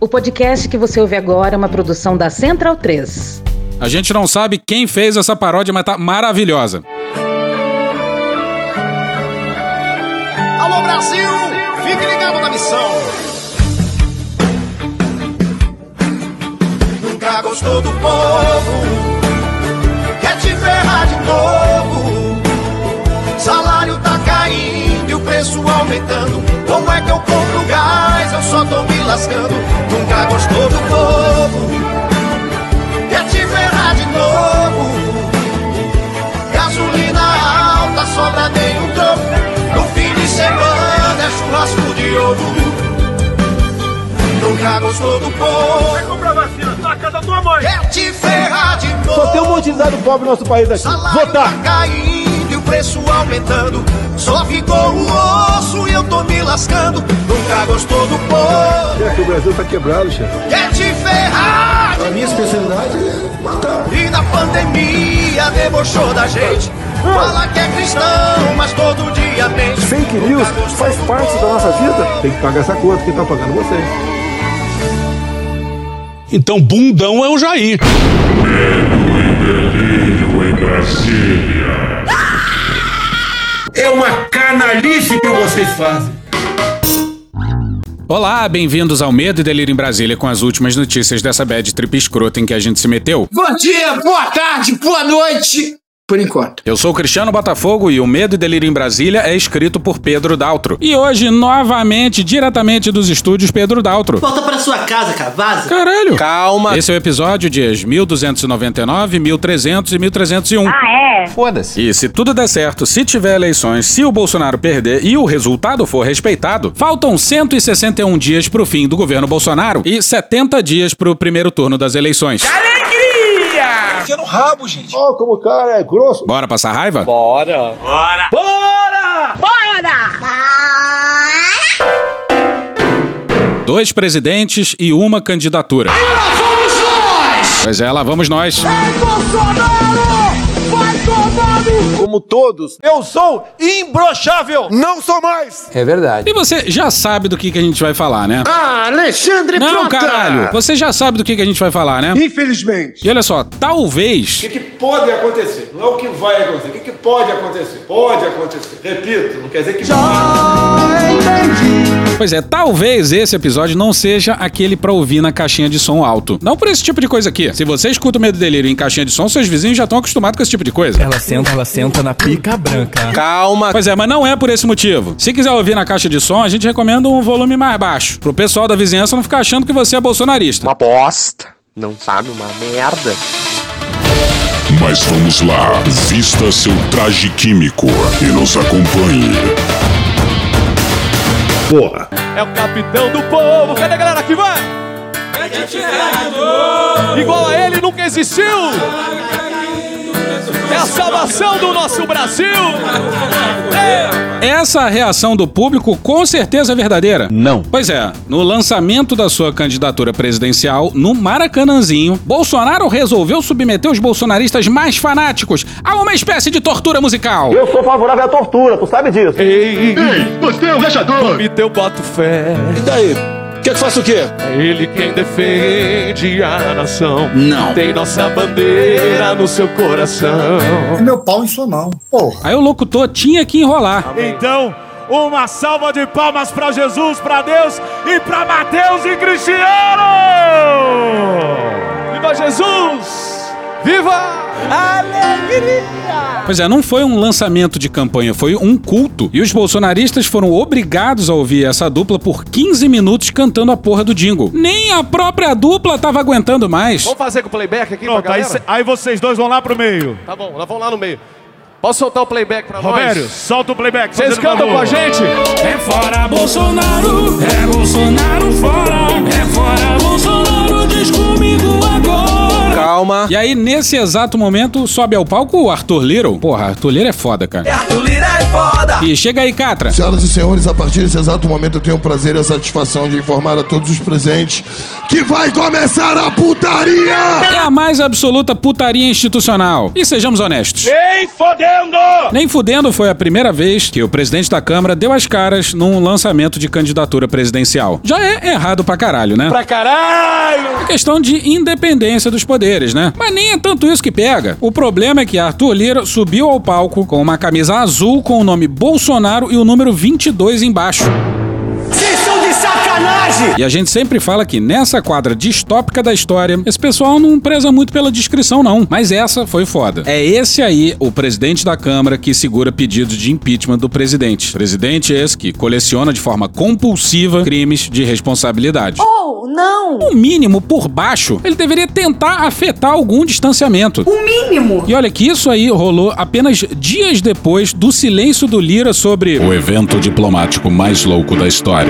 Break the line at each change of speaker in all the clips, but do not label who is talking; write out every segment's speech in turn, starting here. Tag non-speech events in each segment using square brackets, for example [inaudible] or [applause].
O podcast que você ouve agora é uma produção da Central 3.
A gente não sabe quem fez essa paródia, mas tá maravilhosa.
Alô Brasil, fique ligado na missão. Nunca gostou do povo, quer te ferrar de novo. Salário tá caindo e o preço aumentando. Como é que eu compro gás? Eu só tô me lascando. Nunca gostou do povo, quer te ferrar de novo. Gasolina alta, sobra nenhum troco. No fim de semana é churrasco de ovo. Nunca gostou do povo. Vai comprar vacina, tá na casa da tua mãe. Quer te ferrar de novo.
Só tem um monte de dado pobre no nosso país aqui.
Salário
Votar!
tá caindo e o preço aumentando. Só ficou o osso e eu tô me lascando. Nunca gostou do povo.
É que o Brasil tá quebrado, chefe.
Quer te ferrar.
A minha especialidade é matar.
E na pandemia debochou da gente. Fala que é cristão, mas todo dia um mente.
Fake news
Nunca gostou
faz
do
parte da nossa
povo.
vida. Tem que pagar essa conta, quem tá pagando? Vocês.
Então, bundão é o Jair.
É uma canalice que vocês fazem.
Olá, bem-vindos ao Medo e Delírio em Brasília com as últimas notícias dessa bad trip escrota em que a gente se meteu.
Bom dia, boa tarde, boa noite. Por enquanto.
Eu sou o Cristiano Botafogo e o Medo e Delírio em Brasília é escrito por Pedro Daltro. E hoje, novamente, diretamente dos estúdios Pedro Daltro.
Volta pra sua casa, cara. Vaza.
Caralho!
Calma.
Esse é o episódio dias 1299, 1300 e 1301.
Foda-se.
E se tudo der certo, se tiver eleições, se o Bolsonaro perder e o resultado for respeitado, faltam 161 dias pro fim do governo Bolsonaro e 70 dias pro primeiro turno das eleições.
Ó, como o cara é grosso.
Bora passar raiva? Dois presidentes e uma candidatura. Pois é, lá vamos nós.
Como todos, eu sou imbrochável. Não sou mais.
É verdade.
E você já sabe do que, que a gente vai falar, né?
É
Alexandre
Não, caralho! Você já sabe do que, que a gente vai falar, né?
Infelizmente.
E olha só, talvez.
O que pode acontecer? Não é o que vai acontecer. O que pode acontecer? Pode acontecer. Repito, não quer dizer que...
Pois é, talvez esse episódio não seja aquele pra ouvir na caixinha de som alto. Não por esse tipo de coisa aqui. Se você escuta o medo e delírio em caixinha de som, seus vizinhos já estão acostumados com esse tipo de coisa.
Ela senta, ela senta na pica branca.
Calma.
Pois é, mas não é por esse motivo. Se quiser ouvir na caixa de som, a gente recomenda um volume mais baixo. Pro pessoal da vizinhança não ficar achando que você é bolsonarista.
uma bosta. Não sabe, uma merda.
Mas vamos lá, vista seu traje químico e nos acompanhe.
Porra.
É o capitão do povo. Cadê a galera que vai? Igual a ele nunca existiu. É a salvação do nosso Brasil.
Essa reação do público com certeza é verdadeira. Não. Pois é, no lançamento da sua candidatura presidencial, no Maracanãzinho, Bolsonaro resolveu submeter os bolsonaristas mais fanáticos a uma espécie de tortura musical.
Eu sou favorável à tortura, tu sabe disso.
Ei,
Você é um vexador!
me teu boto
É.
fé.
E daí? Quer que faça o quê?
É ele quem defende a nação.
Não.
Tem nossa bandeira no seu coração.
É Meu pau em sua mão. Porra.
Aí o locutor tinha que enrolar.
Então, uma salva de palmas pra Jesus, pra Deus e pra Mateus e Cristiano! Viva Jesus! Viva!
Pois é, não foi um lançamento de campanha, foi um culto. E os bolsonaristas foram obrigados a ouvir essa dupla por 15 minutos cantando a porra do jingle. Nem a própria dupla tava aguentando mais.
Vamos fazer com o playback aqui
Pronto,
pra
tá aí,
galera?
cê- aí vocês dois vão lá pro meio.
Tá bom, nós vamos lá no meio. Posso soltar o playback pra
Romério,
nós?
solta o playback.
Vocês
fazendo
cantam com
favor.
a gente?
É fora Bolsonaro, é Bolsonaro fora. É fora Bolsonaro, diz comigo agora. Calma.
E aí, nesse exato momento, sobe ao palco o Arthur Little. Porra, Arthur Little é foda, cara.
Arthur Lira é foda,
E chega aí, Catra.
Senhoras e senhores, a partir desse exato momento eu tenho o prazer e a satisfação de informar a todos os presentes que vai começar a putaria!
É a mais absoluta putaria institucional. E sejamos honestos. Nem fudendo! Nem fudendo foi a primeira vez que o presidente da Câmara deu as caras num lançamento de candidatura presidencial. Já é errado pra caralho, né?
Pra caralho!
É questão de independência dos poderes, né? Mas nem é tanto isso que pega. O problema é que Arthur Lira subiu ao palco com uma camisa azul com o nome Bolsonaro e o número 22 embaixo.
Vocês são de sacanagem!
E a gente sempre fala que nessa quadra distópica da história, esse pessoal não preza muito pela descrição, não. Mas essa foi foda. É esse aí, o presidente da Câmara, que segura pedidos de impeachment do presidente. Presidente esse que coleciona de forma compulsiva crimes de responsabilidade.
Oh, não!
No mínimo, por baixo, ele deveria tentar afetar algum distanciamento.
O mínimo!
E olha que isso aí rolou apenas dias depois do silêncio do Lira sobre
O evento diplomático mais louco da história.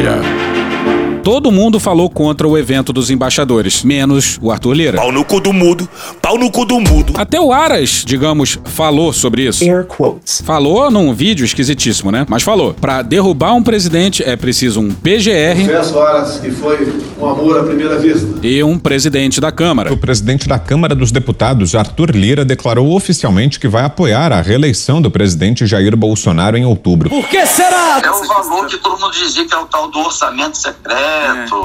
Todo mundo falou contra o evento dos embaixadores, menos o Arthur Lira.
Pau no cu do mudo, pau no cu do mudo.
Até o Aras, digamos, falou sobre isso.
Air quotes.
Falou num vídeo esquisitíssimo, né? Mas falou. Pra derrubar um presidente é preciso um PGR.
Confesso, Aras, que foi um amor à primeira vista.
E um presidente da Câmara.
O presidente da Câmara dos Deputados, Arthur Lira, declarou oficialmente que vai apoiar a reeleição do presidente Jair Bolsonaro em outubro.
Por que será?
É um valor que todo mundo dizia que é o tal do orçamento
É.
secreto.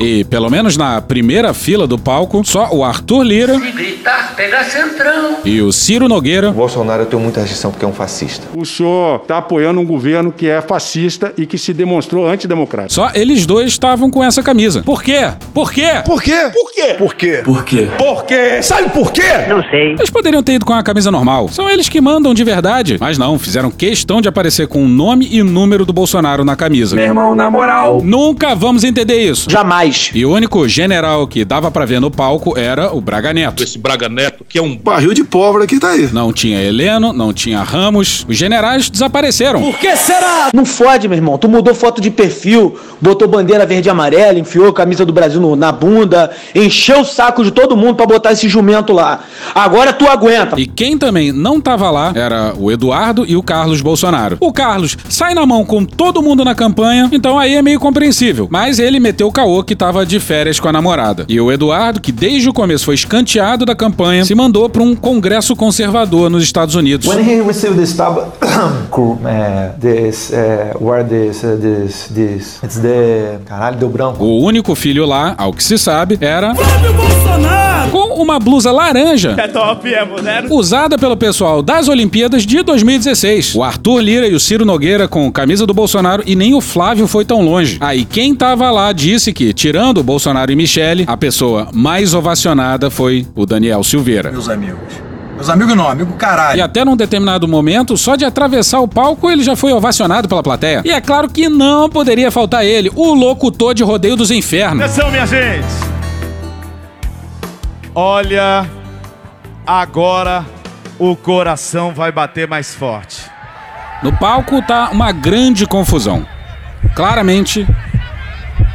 E pelo menos na primeira fila do palco, só o Arthur Lira.
Se gritar, pega centrão.
E o Ciro Nogueira. O
Bolsonaro eu tenho muita rejeição porque é um fascista.
O senhor está apoiando um governo que é fascista e que se demonstrou antidemocrático.
Só eles dois estavam com essa camisa. Por quê? Por quê?
Por quê? Por quê?
Por quê?
Por quê? Por quê? Sabe por quê?
Não sei.
Eles poderiam ter ido com a camisa normal. São eles que mandam de verdade. Mas não, fizeram questão de aparecer com o nome e número do Bolsonaro na camisa.
Meu irmão, na moral.
Nunca vamos entender isso.
Jamais.
E o único general que dava para ver no palco era o Braga Neto.
Esse Braga Neto, que é um
barril de pólvora que tá aí.
Não tinha Heleno, não tinha Ramos. Os generais desapareceram.
Por que será?
Não fode, meu irmão. Tu mudou foto de perfil, botou bandeira verde e amarela, enfiou a camisa do Brasil no, na bunda, encheu o saco de todo mundo para botar esse jumento lá. Agora tu aguenta.
E quem também não tava lá era o Eduardo e o Carlos Bolsonaro. O Carlos sai na mão com todo mundo na campanha, então aí é meio compreensível. Mas ele meteu o caô que tava de férias com a namorada. E o Eduardo, que desde o começo foi escanteado da campanha, se mandou para um congresso conservador nos Estados Unidos.
When he received this tab uh, this uh, where this uh, this this it's the caralho deu branco.
O único filho lá, ao que se sabe, era
Flávio Bolsonaro
com uma blusa laranja.
É top, é moderno.
Usada pelo pessoal das Olimpíadas de 2016. O Arthur Lira e o Ciro Nogueira com camisa do Bolsonaro e nem o Flávio foi tão longe. Aí quem tava lá de disse que, tirando Bolsonaro e Michele, a pessoa mais ovacionada foi o Daniel Silveira.
Meus amigos. Meus amigos não, amigo caralho.
E até num determinado momento, só de atravessar o palco, ele já foi ovacionado pela plateia. E é claro que não poderia faltar ele, o locutor de Rodeio dos Infernos.
Atenção, minha gente! Olha, agora o coração vai bater mais forte.
No palco tá uma grande confusão. Claramente,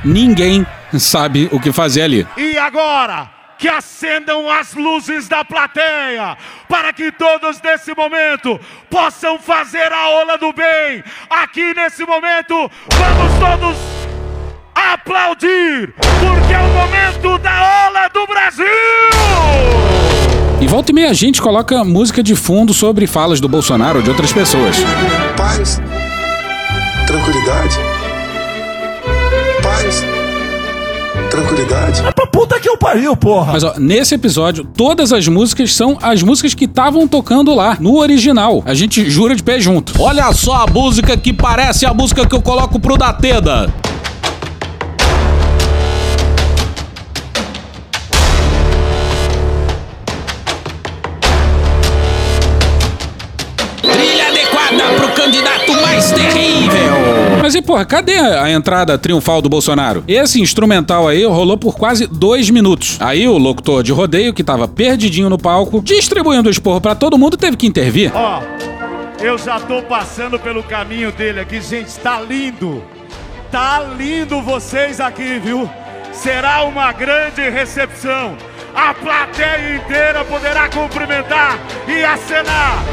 ninguém sabe o que fazer ali.
E agora? Que acendam as luzes da plateia, para que todos nesse momento possam fazer a ola do bem. Aqui nesse momento, vamos todos aplaudir, porque é o momento da ola do Brasil!
E volta e meia a gente coloca música de fundo sobre falas do Bolsonaro ou de outras pessoas.
Paz, tranquilidade, paz, tranquilidade.
É pra puta que eu pariu, porra!
Mas ó, nesse episódio, todas as músicas são as músicas que estavam tocando lá, no original. A gente jura de pé junto.
Olha só a música que parece a música que eu coloco pro Datena. Trilha adequada pro candidato mais terrível.
Mas e porra, cadê a entrada triunfal do Bolsonaro? Esse instrumental aí rolou por quase dois minutos. Aí o locutor de rodeio, que tava perdidinho no palco, distribuindo esporro para todo mundo, teve que intervir.
Ó, oh, eu já tô passando pelo caminho dele aqui, gente, tá lindo. Tá lindo vocês aqui, viu? Será uma grande recepção. A plateia inteira poderá cumprimentar e acenar.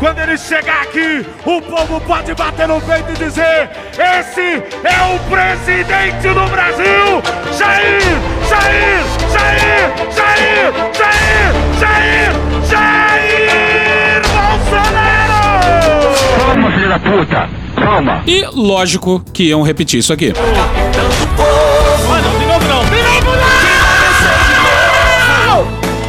Quando ele chegar aqui, o povo pode bater no peito e dizer: esse é o presidente do Brasil, Jair, Jair, Jair, Jair, Jair, Jair, Jair Bolsonaro!
Calma, filho da puta, calma. E lógico que iam repetir isso aqui.
Ah, não, de novo não, de novo não!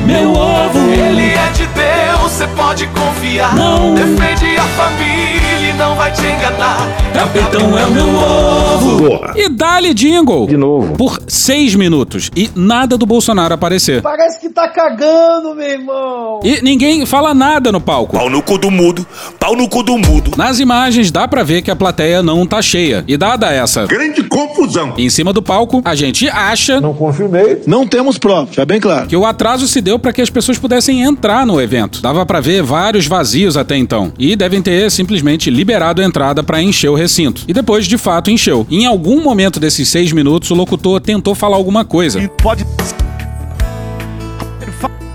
Meu ovo,
Ele é de Deus, você pode confiar.
Não.
Defende a família e não vai te enganar.
capitão é o meu ovo.
E dá-lhe jingle. De novo. Por seis minutos. E nada do Bolsonaro aparecer.
Parece que tá cagando, meu irmão.
E ninguém fala nada no palco. Pau no cu do mudo, pau no cu do mudo. Nas imagens dá pra ver que a plateia não tá cheia. E dada essa grande confusão em cima do palco, a gente acha. Não confirmei. Não temos provas, é bem claro. Que o atraso se deu pra que as pessoas pudessem entrar no evento. Dava pra ver vários vazios até então. E devem ter simplesmente liberado a entrada pra encher o recinto. E depois, de fato, encheu. Em algum momento desses seis minutos, o locutor tentou falar alguma coisa.
Pode.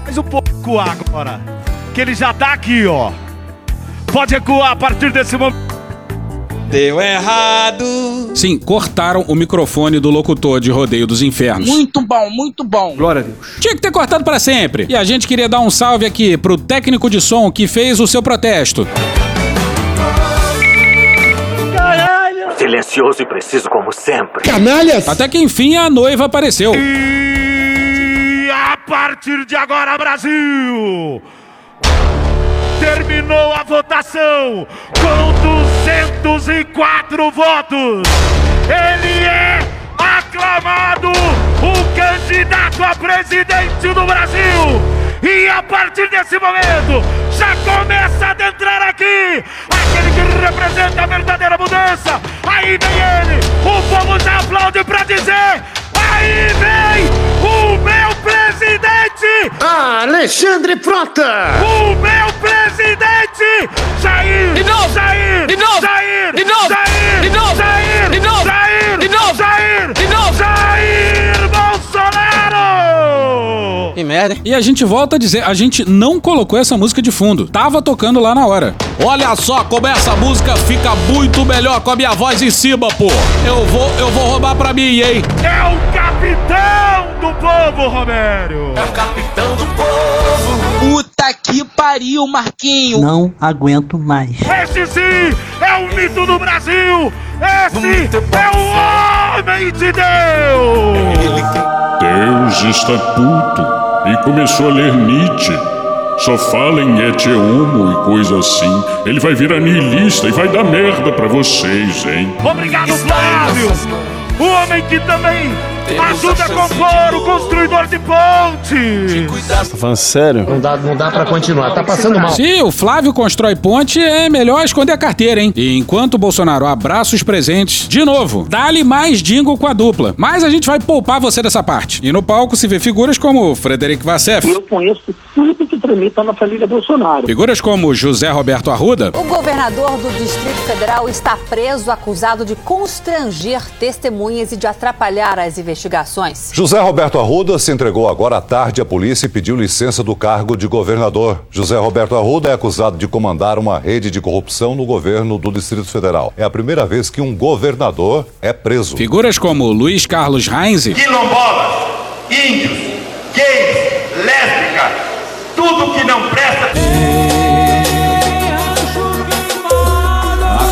Faz um pouco agora. Que ele já tá aqui, ó. Pode recuar a partir desse momento.
Deu errado. Sim, cortaram o microfone do locutor de Rodeio dos Infernos.
Muito bom, muito bom.
Glória a Deus. Tinha que ter cortado pra sempre. E a gente queria dar um salve aqui pro técnico de som que fez o seu protesto.
Caralho.
Silencioso e preciso como sempre.
Canalhas! Até que enfim a noiva apareceu.
E a partir de agora, Brasil! Terminou a votação com 204 votos. Ele é aclamado o candidato a presidente do Brasil. E a partir desse momento, já começa a adentrar aqui aquele que representa a verdadeira mudança. Aí vem ele, o povo já aplaude pra dizer: aí vem o meu presidente!
Alexandre Frota!
O meu presidente! Jair!
De novo!
Jair!
De novo!
Jair!
De novo!
Jair!
De novo!
Jair!
De novo!
Jair!
De novo!
Jair!
De novo!
Jair Bolsonaro!
Que merda. E a gente volta a dizer, a gente não colocou essa música de fundo. Tava tocando lá na hora.
Olha só como essa música fica muito melhor com a minha voz em cima, pô. Eu vou, eu vou roubar pra mim, hein?
É o capitão do povo, Romério! É o capitão do povo!
Puta que pariu, Marquinho.
Não aguento mais.
Esse sim é o mito do Brasil! Esse é o homem de Deus!
Deus está puto e começou a ler Nietzsche. Só fala em et homo e coisa assim. Ele vai virar niilista e vai dar merda pra vocês, hein?
Obrigado, Flávio! O homem que também ajuda a compor o construidor de pontes!
Tá falando sério?
Não dá, não dá pra continuar, tá passando mal.
Se o Flávio constrói ponte, é melhor esconder a carteira, hein? E enquanto o Bolsonaro abraça os presentes, de novo, dá-lhe mais jingle com a dupla. Mas a gente vai poupar você dessa parte. E no palco se vê figuras como Frederico Vassef.
Eu conheço tudo que tramita na família Bolsonaro.
Figuras como José Roberto Arruda.
O governador do Distrito Federal está preso acusado de constranger testemunhas e de atrapalhar as investigações.
José Roberto Arruda se entregou agora à tarde à polícia e pediu licença do cargo de governador. José Roberto Arruda é acusado de comandar uma rede de corrupção no governo do Distrito Federal. É a primeira vez que um governador é preso.
Figuras como Luiz Carlos Heinz.
quilombolas, índios, gays, lésbicas, tudo que não presta.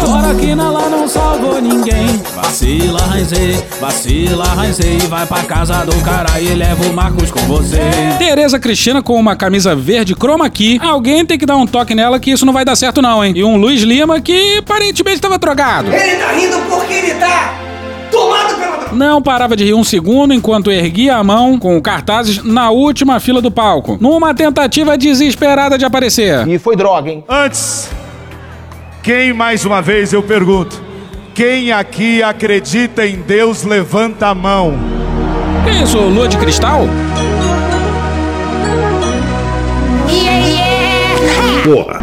Agora que na lá não salvou ninguém. Vacila, Raizei, vacila, Raizei. Vai pra casa do cara e leva o Marcos com você.
Tereza Cristina com uma camisa verde chroma key. Alguém tem que dar um toque nela que isso não vai dar certo não, hein? E um Luiz Lima que aparentemente tava drogado.
Ele tá rindo porque ele tá tomado pela
Não parava de rir um segundo enquanto erguia a mão com cartazes na última fila do palco, numa tentativa desesperada de aparecer.
E foi droga, hein?
Antes, quem mais uma vez eu pergunto? Quem aqui acredita em Deus, levanta a mão.
Que isso, lua de cristal?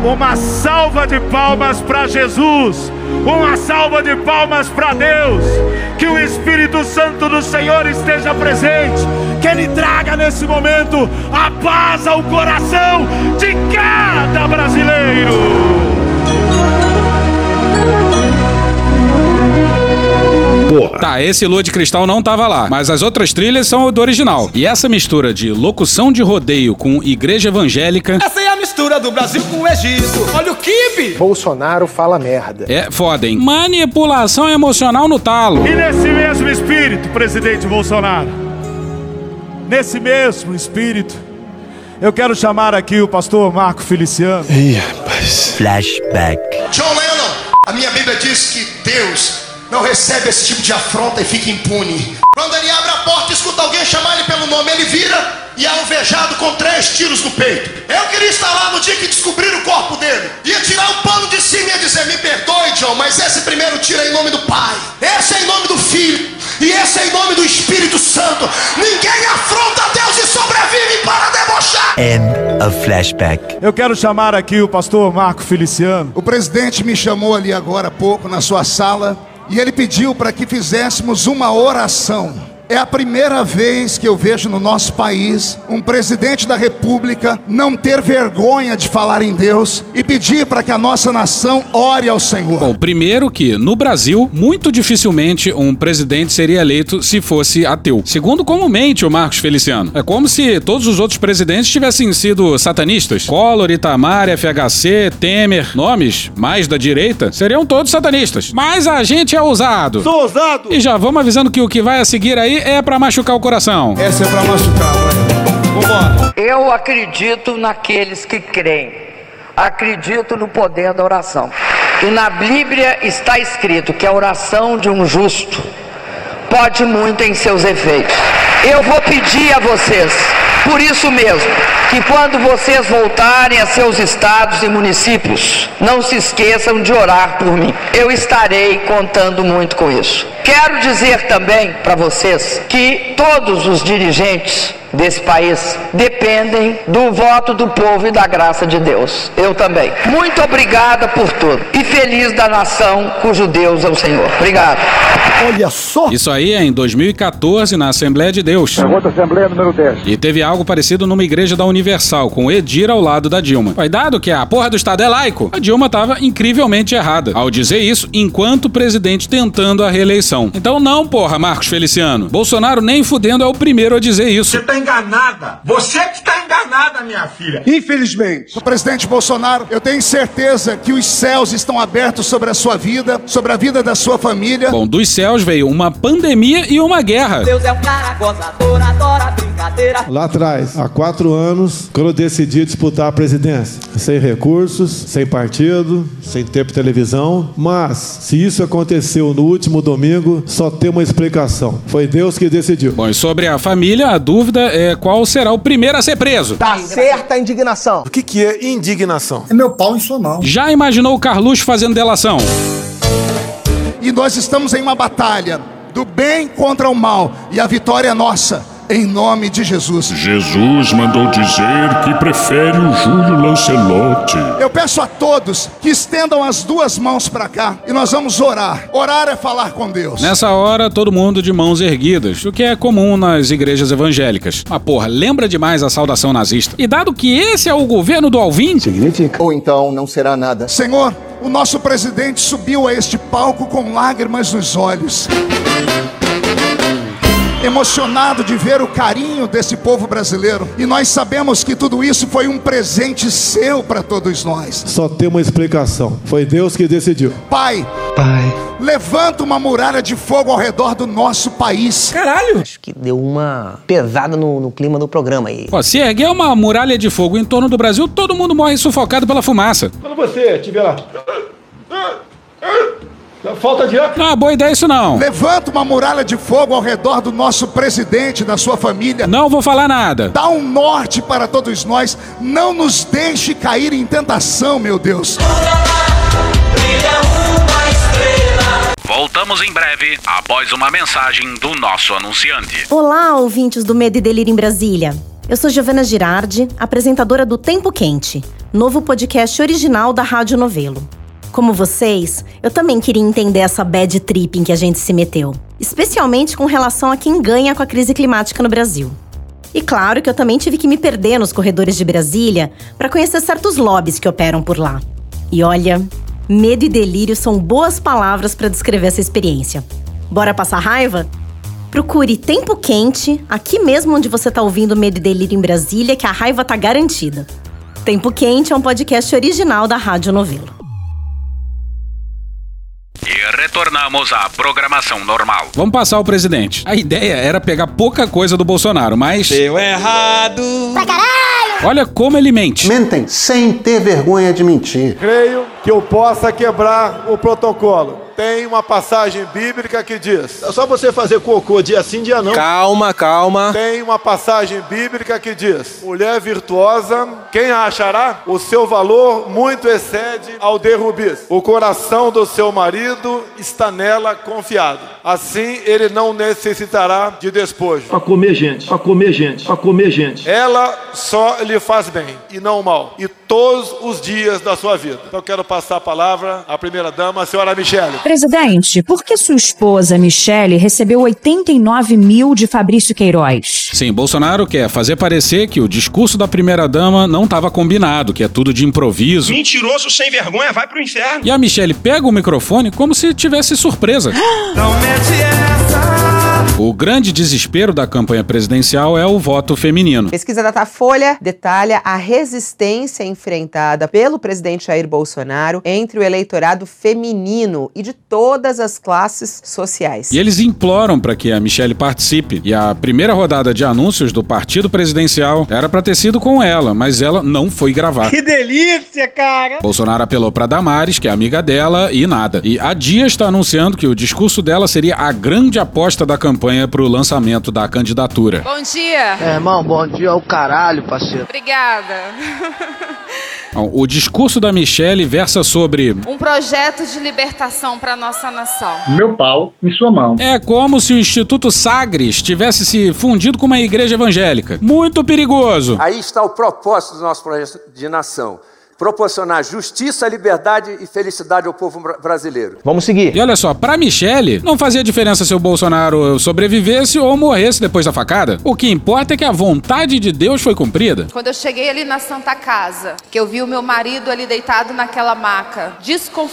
Uma salva de palmas para Jesus. Uma salva de palmas para Deus. Que o Espírito Santo do Senhor esteja presente. Que Ele traga nesse momento a paz ao coração de cada brasileiro.
Tá, esse Lua de Cristal não tava lá, mas as outras trilhas são do original. E essa mistura de locução de rodeio com igreja evangélica
Essa é a mistura do Brasil com o Egito. Olha o Kibe!
Bolsonaro fala merda.
é foda, hein? Manipulação emocional no talo.
E nesse mesmo espírito, presidente Bolsonaro, nesse mesmo espírito, eu quero chamar aqui o pastor Marco Feliciano. Ih, rapaz. Flashback.
John Lennon, a minha Bíblia diz que Deus não recebe esse tipo de afronta e fica impune. Quando ele abre a porta e escuta alguém chamar ele pelo nome, ele vira e é alvejado com três tiros no peito. Eu queria estar lá no dia que descobriram o corpo dele. Ia tirar o pano de cima e ia dizer: Me perdoe, John, mas esse primeiro tiro é em nome do Pai, esse é em nome do Filho e esse é em nome do Espírito Santo. Ninguém afronta Deus e sobrevive para debochar.
End of flashback. Eu quero chamar aqui o pastor Marco Feliciano.
O presidente me chamou ali agora há pouco na sua sala e ele pediu para que fizéssemos uma oração. É a primeira vez que eu vejo no nosso país um presidente da república não ter vergonha de falar em Deus e pedir para que a nossa nação ore ao Senhor.
Bom, primeiro que, no Brasil, muito dificilmente um presidente seria eleito se fosse ateu. Segundo, comumente o Marcos Feliciano. É como se todos os outros presidentes tivessem sido satanistas. Collor, Itamar, FHC, Temer, nomes mais da direita, seriam todos satanistas. Mas a gente é ousado. Sou ousado! E já vamos avisando que o que vai a seguir aí é pra machucar o coração.
Essa é para machucar,
Eu acredito naqueles que creem. Acredito no poder da oração. E na Bíblia está escrito que a oração de um justo pode muito em seus efeitos. Eu vou pedir a vocês, por isso mesmo, que quando vocês voltarem a seus estados e municípios, não se esqueçam de orar por mim. Eu estarei contando muito com isso. Quero dizer também para vocês que todos os dirigentes desse país dependem do voto do povo e da graça de Deus. Eu também. Muito obrigada por tudo e feliz da nação cujo Deus é o Senhor. Obrigado.
Olha só! Isso aí é em 2014, na Assembleia de Deus. Pergunta É Assembleia número 10. E teve algo parecido numa igreja da Universal, com Edir ao lado da Dilma. Foi dado que a porra do Estado é laico. A Dilma tava incrivelmente errada ao dizer isso, enquanto presidente tentando a reeleição. Então não, porra, Marcos Feliciano. Bolsonaro nem fudendo é o primeiro a dizer isso.
Você tá enganada. Você que tá está enganada, minha filha.
Infelizmente, o presidente Bolsonaro, eu tenho certeza que os céus estão abertos sobre a sua vida, sobre a vida da sua família.
Bom, dos céus veio uma pandemia e uma guerra.
é um cara gozador, adora brincadeira.
Lá atrás, há quatro anos, quando eu decidi disputar a presidência, sem recursos, sem partido, sem tempo televisão, mas se isso aconteceu no último domingo, só tem uma explicação. Foi Deus que decidiu.
Bom, e sobre a família, a dúvida é qual será o primeiro a ser preso.
Tá certa a indignação.
O que, que é indignação?
É meu pau em sua mão.
Já imaginou o Carluxo fazendo delação?
E nós estamos em uma batalha do bem contra o mal e a vitória é nossa em nome de Jesus.
Jesus mandou dizer que prefere o Júlio Lancelotti.
Eu peço a todos que estendam as duas mãos para cá e nós vamos orar. Orar é falar com Deus.
Nessa hora, todo mundo de mãos erguidas, o que é comum nas igrejas evangélicas. Mas porra, lembra demais a saudação nazista. E dado que esse é o governo do Alvin, significa.
Ou então não será nada. Senhor, o nosso presidente subiu a este palco com lágrimas nos olhos. Emocionado de ver o carinho desse povo brasileiro. E nós sabemos que tudo isso foi um presente seu para todos nós.
Só tem uma explicação. Foi Deus que decidiu.
Pai,
Pai.
levanta uma muralha de fogo ao redor do nosso país. Caralho! Acho que deu uma pesada no, clima do programa aí.
Ó, se erguer uma muralha de fogo em torno do Brasil, todo mundo morre sufocado pela fumaça.
Quando você tiver lá.
Falta de ar. Não é boa ideia isso não.
Levanta uma muralha de fogo ao redor do nosso presidente, da sua família.
Não vou falar nada.
Dá um norte para todos nós. Não nos deixe cair em tentação, meu Deus.
Voltamos em breve, após uma mensagem do nosso anunciante.
Olá, ouvintes do Medo e Delírio em Brasília. Eu sou Giovana Girardi, apresentadora do Tempo Quente, novo podcast original da Rádio Novelo. Como vocês, eu também queria entender essa bad trip em que a gente se meteu, especialmente com relação a quem ganha com a crise climática no Brasil. E claro que eu também tive que me perder nos corredores de Brasília para conhecer certos lobbies que operam por lá. E olha, Medo e delírio são boas palavras para descrever essa experiência. Bora passar raiva? Procure Tempo Quente, aqui mesmo onde você está ouvindo Medo e Delírio em Brasília, que a raiva tá garantida. Tempo Quente é um podcast original da Rádio Novelo.
E retornamos à programação normal. Vamos passar o presidente. A ideia era pegar pouca coisa do Bolsonaro, mas. Deu errado! Pra caralho! Olha como ele mente.
Mentem sem ter vergonha de mentir.
Creio que eu possa quebrar o protocolo. Tem uma passagem bíblica que diz: é só você fazer cocô dia sim, dia não.
Calma, calma.
Tem uma passagem bíblica que diz: mulher virtuosa, quem a achará? O seu valor muito excede ao de rubis. O coração do seu marido está nela confiado. Assim ele não necessitará de despojo.
Pra comer gente, pra comer gente, pra comer gente.
Ela só lhe faz bem e não mal, e todos os dias da sua vida. Então eu quero passar a palavra à primeira dama, a senhora Michele.
Presidente, por que sua esposa, Michele, recebeu 89 mil de Fabrício Queiroz?
Sim, Bolsonaro quer fazer parecer que o discurso da primeira-dama não estava combinado, que é tudo de improviso.
Mentiroso sem vergonha, vai pro inferno.
E a Michelle pega o microfone como se tivesse surpresa.
[gasps] Não mete essa.
O grande desespero da campanha presidencial é o voto feminino.
Pesquisa Datafolha detalha a resistência enfrentada pelo presidente Jair Bolsonaro entre o eleitorado feminino e de todas as classes sociais.
E eles imploram para que a Michelle participe. E a primeira rodada de anúncios do partido presidencial era para ter sido com ela, mas ela não foi gravar.
Que delícia, cara!
Bolsonaro apelou para Damares, que é amiga dela, e nada. E a Dia está anunciando que o discurso dela seria a grande aposta da campanha para o lançamento da candidatura.
Bom dia.
É, irmão, bom dia ao caralho, parceiro.
Obrigada. [laughs]
Bom, O discurso da Michelle versa sobre
Um projeto de libertação para nossa nação.
meu pau em sua mão. É como se o Instituto Sagres tivesse se fundido com uma igreja evangélica. Muito perigoso.
Aí está o propósito do nosso projeto de nação: proporcionar justiça, liberdade e felicidade ao povo bra- brasileiro.
Vamos seguir. E olha só, pra Michelle, não fazia diferença se o Bolsonaro sobrevivesse ou morresse depois da facada. O que importa é que a vontade de Deus foi cumprida.
Quando eu cheguei ali na Santa Casa, que eu vi o meu marido ali deitado naquela maca,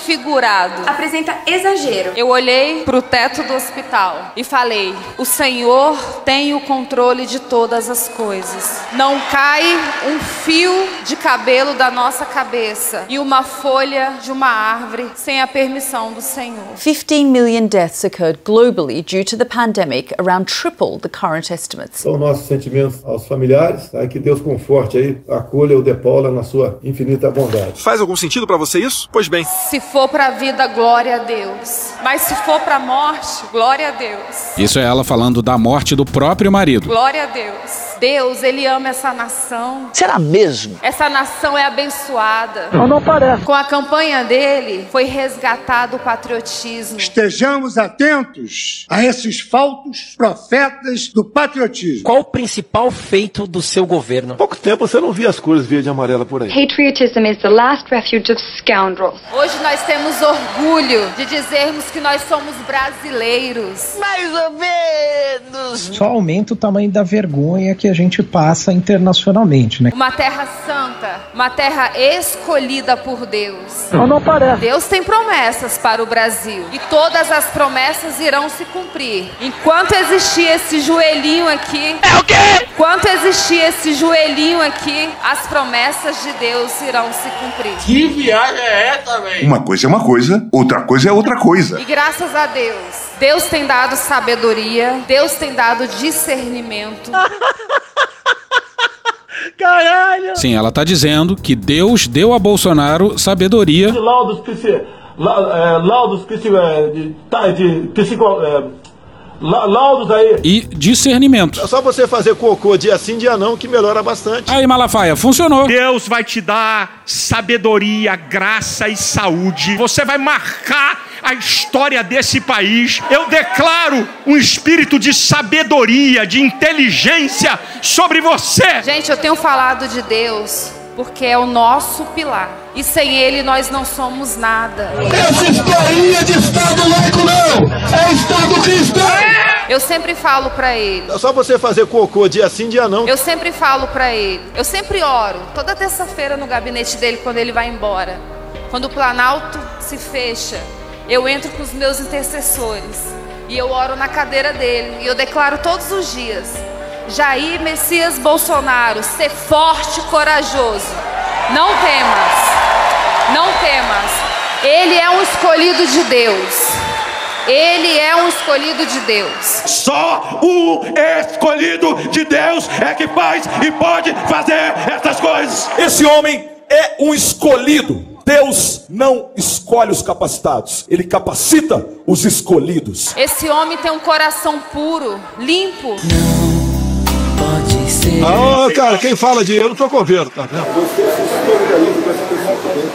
desconfigurado. Apresenta exagero. Eu olhei pro teto do hospital e falei: "O Senhor tem o controle de todas as coisas. Não cai um fio de cabelo da nossa cabeça e uma folha de uma árvore sem a permissão do Senhor."
15 million deaths occurred globally due to the pandemic, around triple the current estimates.
São nossos sentimentos aos familiares, tá? que Deus conforte aí, acolha o De Paula na sua infinita bondade.
Faz algum sentido pra você isso? Pois bem.
Se for pra vida, glória a Deus. Mas se for pra morte, glória a Deus.
Isso é ela falando da morte do próprio marido.
Glória a Deus. Deus, ele ama essa nação.
Será mesmo?
Essa nação é abençoada.
Mas não parece.
Com a campanha dele, foi resgatado o patriotismo.
Estejamos atentos a esses faltos profetas do patriotismo. Qual o principal feito do seu governo?
Pouco tempo você não via as cores verde e amarela por aí.
Patriotism is the last refuge of scoundrels.
Hoje nós temos orgulho de dizermos que nós somos brasileiros. Mais ou menos.
Só aumenta o tamanho da vergonha que a gente passa internacionalmente, né?
Uma terra santa, uma terra escolhida por Deus.
Mas não parece.
Deus tem promessas para o Brasil e todas as promessas irão se cumprir. Enquanto existir esse joelhinho aqui, é o quê? Enquanto existir esse joelhinho aqui, as promessas de Deus irão se cumprir.
Que viagem é essa, velho?
Uma coisa é uma coisa, outra coisa é outra coisa.
E graças a Deus, Deus tem dado sabedoria, Deus tem
[laughs]
dado discernimento.
Caralho!
Sim, ela tá dizendo que Deus deu a Bolsonaro sabedoria
laudos que se la- eh, laudos que se eh, de, tá, de- que se co- eh, la- laudos aí
e discernimento.
É só você fazer cocô dia sim, dia não, que melhora bastante.
Aí, Malafaia, funcionou.
Deus vai te dar sabedoria, graça e saúde. Você vai marcar a história desse país. Eu declaro um espírito de sabedoria, de inteligência sobre você.
Gente, eu tenho falado de Deus porque é o nosso pilar. E sem ele nós não somos nada.
Essa historinha de Estado laico não! É Estado cristão!
Eu sempre falo pra ele.
É só você fazer cocô dia sim, dia não.
Eu sempre falo pra ele. Eu sempre oro. Toda terça-feira no gabinete dele quando ele vai embora. Quando o Planalto se fecha, eu entro com os meus intercessores e eu oro na cadeira dele e eu declaro todos os dias: Jair Messias Bolsonaro, ser forte e corajoso. Não temas, não temas. Ele é um escolhido de Deus. Ele é um escolhido de Deus.
Só o escolhido de Deus é que faz e pode fazer essas coisas.
Esse homem é um escolhido. Deus não escolhe os capacitados, ele capacita os escolhidos.
Esse homem tem um coração puro, limpo.
Ah, ô, cara, quem fala de eu não sou coveiro, tá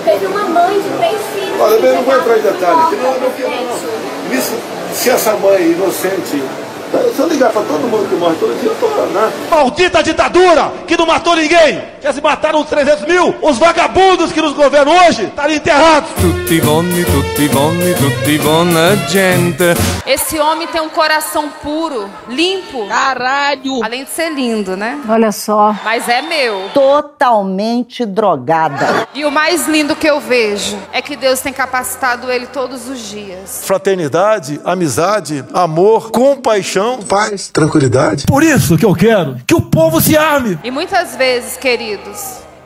Teve uma mãe de três filhos.
Olha, eu não vou entrar em detalhe, que não, não, não, não. Isso, se essa mãe inocente. tá, Se eu ligar pra todo mundo que morre todo dia, eu tô lá, né?
Maldita ditadura que não matou ninguém! Já se mataram uns 300 mil! Os vagabundos que nos governam hoje estariam enterrados!
Tutti buoni, tutti buoni, tutti buona gente.
Esse homem tem um coração puro, limpo. Caralho! Além de ser lindo, né?
Olha só.
Mas é meu.
Totalmente drogada.
E o mais lindo que eu vejo é que Deus tem capacitado ele todos os dias.
Fraternidade, amizade, amor, compaixão,
paz, tranquilidade.
Por isso que eu quero que o povo se arme.
E muitas vezes, queridos,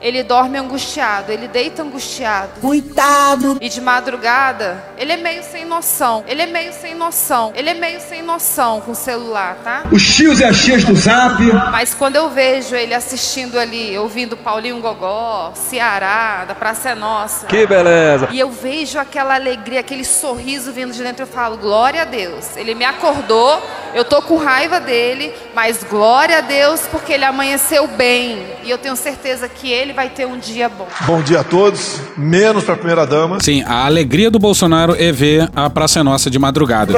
ele dorme angustiado, ele deita angustiado.
Coitado.
E de madrugada, ele é meio sem noção. Ele é meio sem noção. Ele é meio sem noção com o celular, tá?
Os tios e as tias do zap.
Mas quando eu vejo ele assistindo ali, ouvindo Paulinho um Gogó, Ceará, da Praça é Nossa.
Que beleza.
E eu vejo aquela alegria, aquele sorriso vindo de dentro, eu falo, glória a Deus. Ele me acordou, eu tô com raiva dele, mas glória a Deus porque ele amanheceu bem. E eu tenho certeza que ele vai ter um dia bom.
Bom dia a todos, menos para a primeira dama.
Sim, a alegria do Bolsonaro é ver a Praça é Nossa de madrugada.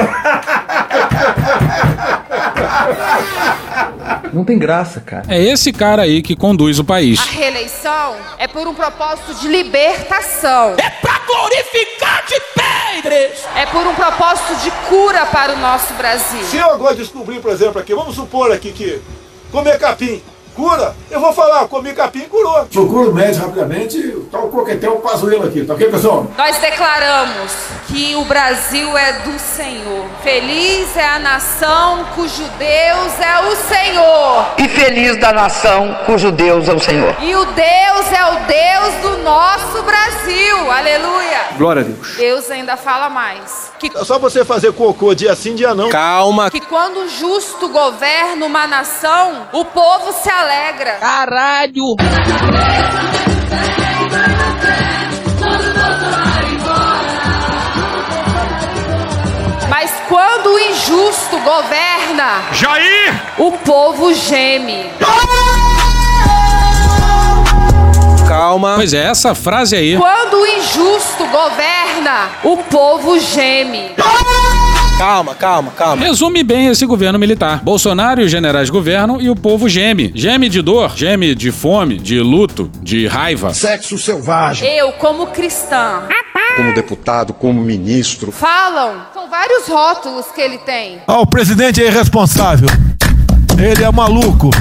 Não tem graça, cara.
É esse cara aí que conduz o país.
A reeleição é por um propósito de libertação.
É pra glorificar de pedras!
É por um propósito de cura para o nosso Brasil.
Se eu agora descobrir, por exemplo, aqui, vamos supor aqui que comer capim cura, eu vou falar, comi capim curou.
Procura o médico rapidamente, tá o coquetel pazuelo aqui, tá ok, pessoal?
Nós declaramos que o Brasil é do Senhor. Feliz é a nação cujo Deus é o Senhor.
E feliz da nação cujo Deus é o Senhor.
E o Deus é o Deus do nosso Brasil. Aleluia.
Glória a Deus.
Deus ainda fala mais.
Que... É só você fazer cocô dia sim, dia não.
Calma.
Que quando o justo governa uma nação, o povo se alegra.
Caralho!
Mas quando o injusto governa,
Jair!
O povo geme.
Calma. Pois é, essa frase aí.
Quando o injusto governa, o povo geme.
Calma, calma, calma.
Resume bem esse governo militar. Bolsonaro e os generais governam e o povo geme. Geme de dor, geme de fome, de luto, de raiva.
Sexo selvagem.
Eu, como cristã,
como deputado, como ministro,
falam. São vários rótulos que ele tem.
Ah, o presidente é irresponsável. Ele é maluco.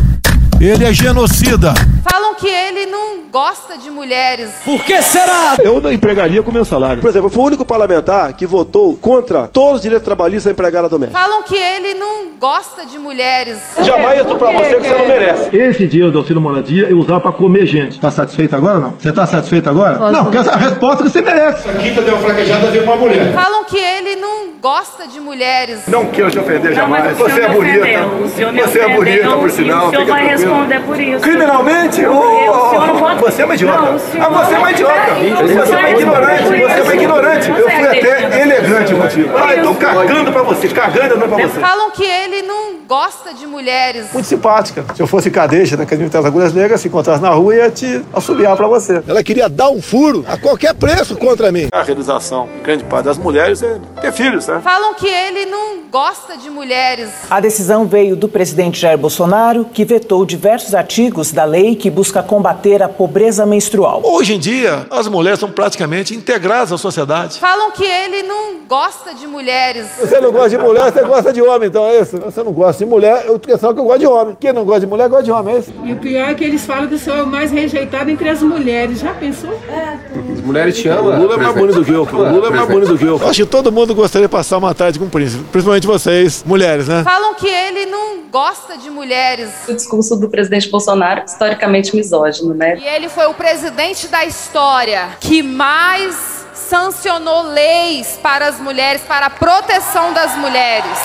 Ele é genocida.
Falam que ele não gosta de mulheres.
Por que será?
Eu não empregaria com meu salário. Por exemplo, eu fui o único parlamentar que votou contra todos os direitos trabalhistas da empregada doméstica.
Falam que ele não gosta de mulheres.
Jamais isso pra você que você não merece.
Esse dinheiro do auxílio moradia eu usava pra comer gente. Tá satisfeito agora ou não? Você tá satisfeito agora?
Posso.
Não, porque essa é a resposta que você merece.
Quinta deu uma fraquejada veio uma mulher.
Falam que ele não gosta de mulheres.
Não quero te ofender jamais. você é bonita. Você é bonita, por sinal.
O senhor
Fica
vai
tranquilo.
responder por isso.
Criminalmente?
Não, eu- o senhor não
Oh,
pode-
você é uma idiota.
Não, o senhor
ah, você é uma
não
idiota.
vai- não, o senhor
Você é uma
vai
ignorante.
responder por
Você é uma
isso.
ignorante. Eu fui
Consegue.
até elegante contigo.
é
Ah, eu tô cagando pra você. Cagando não é pra você.
Falam que ele não gosta de mulheres.
Muito simpática. Se eu fosse cadeja da Academia das Agulhas Negras, se encontrasse na rua, ia te assobiar pra você.
Ela queria dar um furo a qualquer preço contra mim.
A realização, em grande parte das mulheres, é ter filhos, né?
Falam que ele não gosta de mulheres.
A decisão veio do presidente Jair Bolsonaro, que vetou diversos artigos da lei que busca combater a pobreza menstrual.
Hoje em dia, as mulheres são praticamente integradas à sociedade.
Falam que ele não gosta de mulheres.
Você não gosta de mulher, você gosta de homem, então é isso? Você não gosta
de mulher, eu questão que eu gosto de homem. Quem não gosta de mulher, gosta de homem, é isso?
E o pior é que eles falam que eu sou o mais rejeitado entre as mulheres. Já pensou?
É
As mulheres te
amam,
O Lula é mais
presidente.
bonito do que eu. pô. O Lula é mais
Presidente.
bonito do que eu. Eu acho que todo mundo gostaria de passar uma tarde com o príncipe. Principalmente vocês, mulheres, né?
Falam que ele não gosta de mulheres.
O discurso do presidente Bolsonaro é historicamente misógino, né?
E ele foi o presidente da história que mais sancionou leis para as mulheres, para a proteção das mulheres.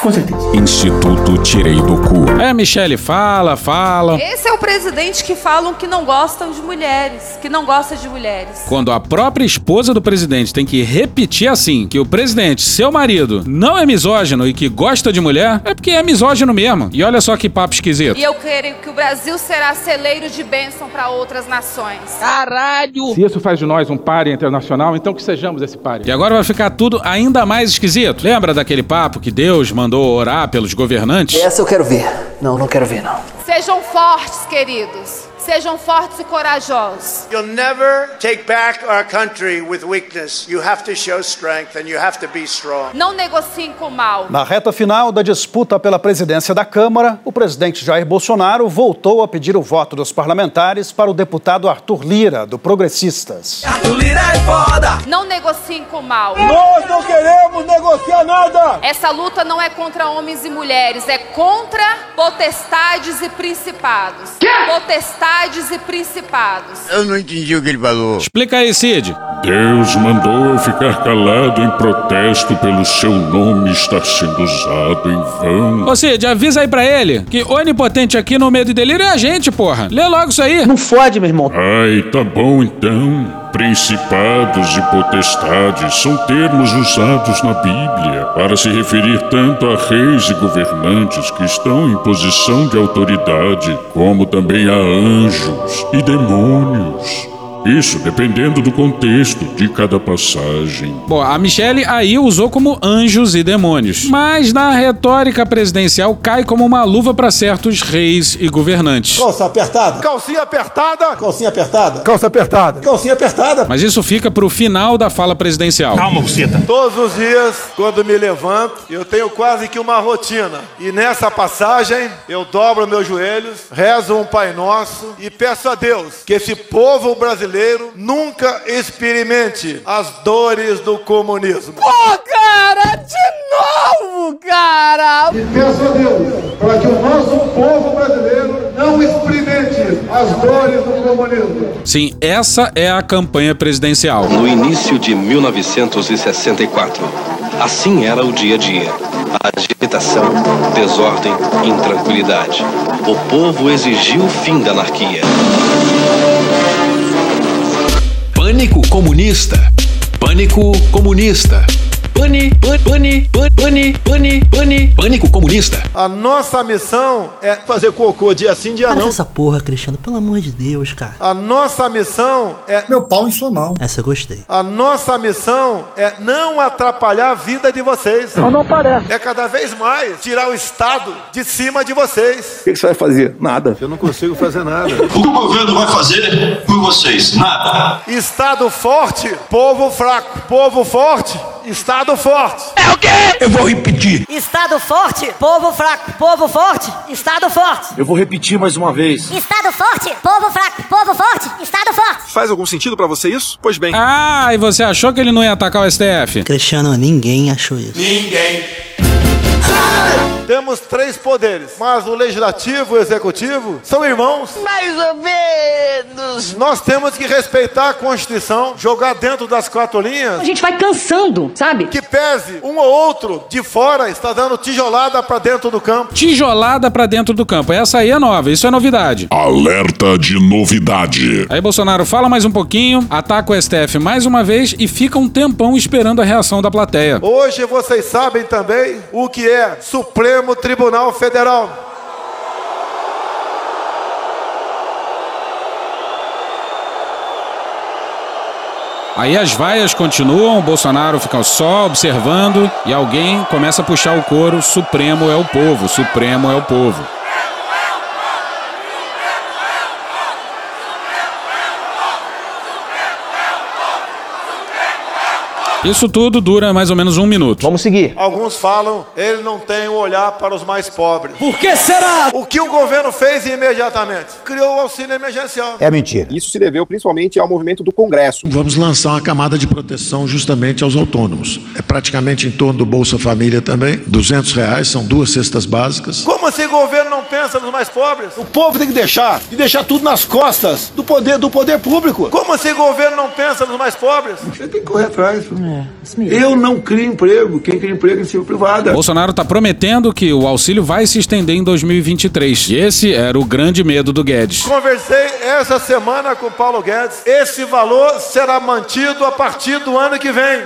Instituto Tirei do Cu. É, Michele, fala, fala.
Esse é o presidente que falam que não gostam de mulheres, que não gosta de mulheres.
Quando a própria esposa do presidente tem que repetir assim que o presidente, seu marido, não é misógino e que gosta de mulher, é porque é misógino mesmo. E olha só que papo esquisito.
E eu creio que o Brasil será celeiro de bênção para outras nações. Caralho!
Se isso faz de nós um páreo internacional, então que sejamos esse páreo.
E agora vai ficar tudo ainda mais esquisito. Lembra daquele papo que Deus mandou orar pelos governantes?
Essa eu quero ver. Não, não quero ver, não.
Sejam fortes, queridos. Sejam fortes e corajosos.
You'll never take back our country with weakness. You have to show strength and you have to be strong.
Não negociem com o mal.
Na reta final da disputa pela presidência da Câmara, o presidente Jair Bolsonaro voltou a pedir o voto dos parlamentares para o deputado Arthur Lira, do Progressistas.
Não negociem com o mal.
é Nós não queremos negociar nada!
Essa luta não é contra homens e mulheres, é contra potestades e principados. Potestades e principados.
Eu não entendi o que ele falou.
Explica aí, Cid.
Deus mandou eu ficar calado em protesto pelo seu nome estar sendo usado em vão.
Ô Cid, avisa aí pra ele que onipotente aqui no medo e delírio é a gente, porra. Lê logo isso aí. Não fode, meu irmão.
Ai, tá bom então. Principados e potestades são termos usados na Bíblia para se referir tanto a reis e governantes que estão em posição de autoridade, como também a anjos e demônios. Isso dependendo do contexto de cada passagem.
Bom, a Michelle aí usou como anjos e demônios. Mas na retórica presidencial cai como uma luva pra certos reis e governantes.
Calça apertada. Calcinha apertada. Calcinha apertada.
Calça apertada.
Calcinha apertada.
Mas isso fica pro final da fala presidencial. Calma, buceta.
Todos os dias, quando me levanto, eu tenho quase que uma rotina. E nessa passagem, eu dobro meus joelhos, rezo um Pai Nosso e peço a Deus que esse povo brasileiro nunca experimente as dores do comunismo.
Pô, cara, de novo, cara! E peço a Deus para que o nosso povo brasileiro não experimente as dores do comunismo.
Sim, essa é a campanha presidencial.
No início de 1964, assim era o dia a dia. Agitação, desordem, intranquilidade. O povo exigiu o fim da anarquia.
Pânico comunista. Pânico comunista. Pane, pane, pane, pane, pane, pane, pane, pânico comunista.
A nossa missão é fazer cocô dia sim, dia não. essa porra, Cristiano, pelo amor de Deus, cara. A nossa missão é. Meu pau em sua mão.
Essa eu gostei.
A nossa missão é não atrapalhar a vida de vocês.
Mas não parece.
É cada vez mais tirar o Estado de cima de vocês.
O que, que você vai fazer? Nada.
Eu não consigo fazer nada.
O que o governo vai fazer por vocês? Nada.
Estado forte, povo fraco. Povo forte, Estado forte. É o quê? Eu vou repetir.
Estado forte, povo fraco. Povo forte, Estado forte.
Eu vou repetir mais uma vez.
Estado forte, povo fraco. Povo forte, Estado forte.
Faz algum sentido para você isso? Pois bem.
Ah, e você achou que ele não ia atacar o STF?
Cristiano, ninguém achou isso.
Ninguém. Temos três poderes, mas o legislativo e o executivo são irmãos. Mais ou menos. Nós temos que respeitar a Constituição, jogar dentro das quatro linhas. A gente vai cansando, sabe? Que pese um ou outro de fora está dando tijolada para dentro do campo.
Tijolada pra dentro do campo. Essa aí é nova, isso é novidade.
Alerta de novidade.
Aí Bolsonaro fala mais um pouquinho, ataca o STF mais uma vez e fica um tempão esperando a reação da plateia.
Hoje vocês sabem também o que é Supremo Tribunal Federal.
Aí as vaias continuam, o Bolsonaro fica só observando e alguém começa a puxar o coro: Supremo é o povo, Supremo é o povo. Isso tudo dura mais ou menos um minuto. Vamos seguir.
Alguns falam, ele não tem o olhar para os mais pobres. Por que será? O que o governo fez imediatamente? Criou o auxílio emergencial.
É mentira. Isso se deveu principalmente ao movimento do Congresso.
Vamos lançar uma camada de proteção justamente aos autônomos. É praticamente em torno do Bolsa Família também. 200 reais, são duas cestas básicas.
Como esse governo não pensa nos mais pobres?
O povo tem que deixar, e deixar tudo nas costas do poder do poder público.
Como esse governo não pensa nos mais pobres?
Você tem que correr atrás. Eu não crio emprego. Quem cria emprego é iniciativa privada.
Bolsonaro tá prometendo que o auxílio vai se estender em 2023. E esse era o grande medo do Guedes.
Conversei essa semana com o Paulo Guedes. Esse valor será mantido a partir do ano que vem.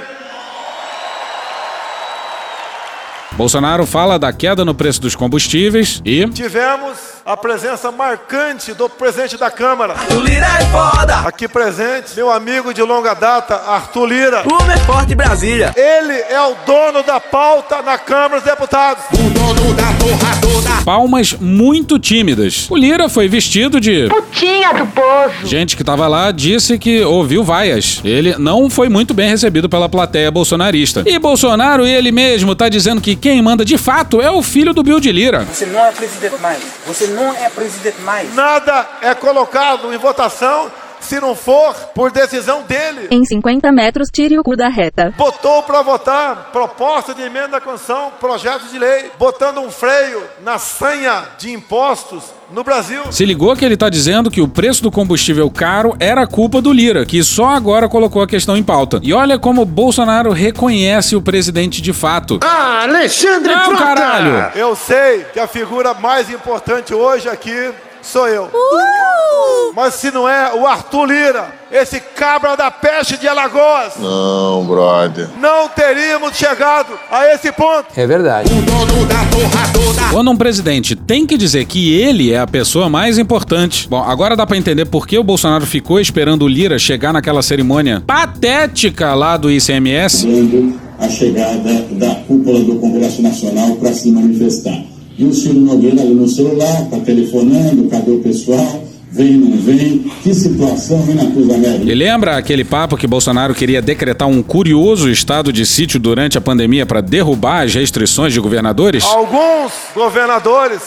Bolsonaro fala da queda no preço dos combustíveis e
Tivemos a presença marcante do presidente da Câmara.
Arthur Lira é foda.
Aqui presente, meu amigo de longa data, Arthur Lira.
Homem forte Brasília.
Ele é o dono da pauta na Câmara dos Deputados. O dono da porra toda.
palmas muito tímidas. O Lira foi vestido de.
Putinha do poço.
Gente que tava lá disse que ouviu vaias. Ele não foi muito bem recebido pela plateia bolsonarista. E Bolsonaro, ele mesmo, tá dizendo que quem manda de fato é o filho do Bill de Lira.
Você não é presidente mais. Você não é presidente mais.
Nada é colocado em votação se não for por decisão dele.
Em 50 metros, tire o cu da reta.
Botou para votar proposta de emenda à Constituição, projeto de lei, botando um freio na sanha de impostos no Brasil.
Se ligou que ele tá dizendo que o preço do combustível caro era culpa do Lira, que só agora colocou a questão em pauta. E olha como Bolsonaro reconhece o presidente de fato.
Ah, Alexandre
Não, Frota! caralho!
Eu sei que a figura mais importante hoje aqui sou eu. Mas se não é o Arthur Lira, esse cabra da peste de Alagoas,
Não, brother.
não teríamos chegado a esse ponto.
É verdade. Quando um presidente tem que dizer que ele é a pessoa mais importante. Bom, agora dá pra entender por que o Bolsonaro ficou esperando o Lira chegar naquela cerimônia patética lá do ICMS.
a chegada da cúpula do Congresso Nacional para se manifestar. E o Ciro Nogueira ali no celular, está telefonando, cadê o pessoal? Vem, não vem? Que situação, hein, na Cruz América?
E lembra aquele papo que Bolsonaro queria decretar um curioso estado de sítio durante a pandemia pra derrubar as restrições de governadores?
Alguns governadores.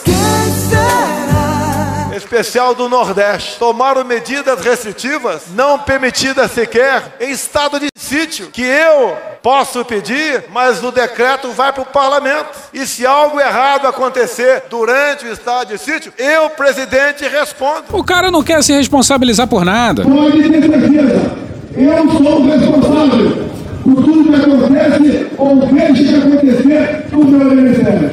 Especial do Nordeste, tomaram medidas restritivas não permitidas sequer em estado de sítio, que eu posso pedir, mas o decreto vai para o parlamento. E se algo errado acontecer durante o estado de sítio, eu, presidente, respondo.
O cara não quer se responsabilizar por nada.
Pode ter certeza, eu sou o responsável por tudo que acontece ou deixa de acontecer no meu ministério.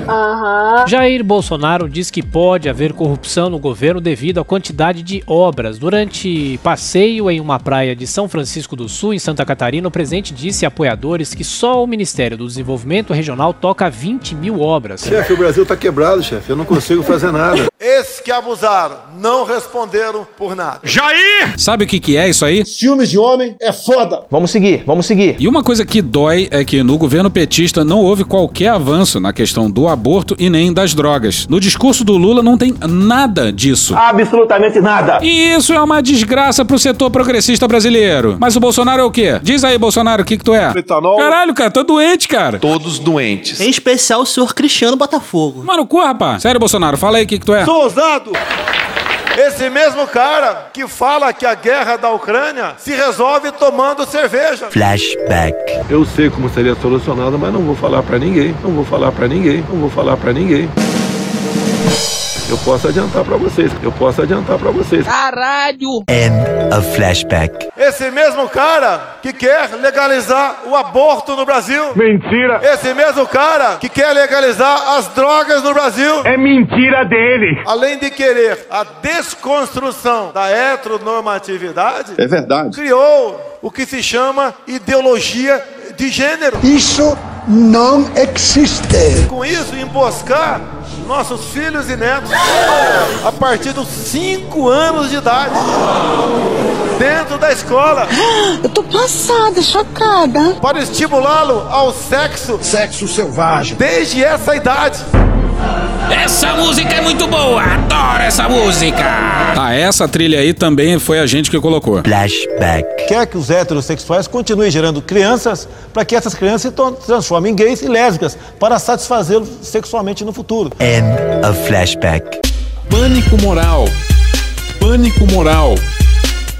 Jair Bolsonaro diz que pode haver corrupção no governo devido à quantidade de obras. Durante passeio em uma praia de São Francisco do Sul, em Santa Catarina, o presidente disse a apoiadores que só o Ministério do Desenvolvimento Regional toca 20 mil obras.
Chefe, o Brasil tá quebrado, chefe. Eu não consigo fazer nada.
Esses que abusaram não responderam por nada.
Jair! Sabe o que, que é isso aí?
Ciúmes de homem é foda.
Vamos seguir, vamos seguir. E uma coisa que dói é que no governo petista não houve qualquer avanço na questão do aborto e nem das drogas. No discurso do Lula não tem nada disso.
Absolutamente nada.
E isso é uma desgraça pro setor progressista brasileiro. Mas o Bolsonaro é o quê? Diz aí, Bolsonaro, o que que tu é?
Metanol.
Caralho, cara, tô doente, cara.
Todos doentes.
Em especial o senhor Cristiano Botafogo.
Mano, cu, rapaz. Sério, Bolsonaro, fala aí o que que tu é.
Sou ousado! Esse mesmo cara que fala que a guerra da Ucrânia se resolve tomando cerveja.
Flashback.
Eu sei como seria solucionado, mas não vou falar pra ninguém. Não vou falar pra ninguém. Não vou falar pra ninguém. Eu posso adiantar pra vocês. Eu posso adiantar pra vocês.
Caralho!
End of flashback.
Esse mesmo cara que quer legalizar o aborto no Brasil.
Mentira!
Esse mesmo cara que quer legalizar as drogas no Brasil.
É mentira dele!
Além de querer a desconstrução da heteronormatividade,
É verdade.
criou o que se chama ideologia de gênero.
Isso não existe!
Com isso, emboscar nossos filhos e netos a partir dos 5 anos de idade. Dentro da escola.
[gasps] Eu tô passada, chocada.
Para estimulá-lo ao sexo.
Sexo selvagem.
Desde essa idade.
Essa música é muito boa, adoro essa música. Ah, essa trilha aí também foi a gente que colocou. Flashback.
Quer que os heterossexuais continuem gerando crianças para que essas crianças se to- transformem em gays e lésbicas para satisfazê-los sexualmente no futuro.
End of flashback.
É. Pânico moral. Pânico moral.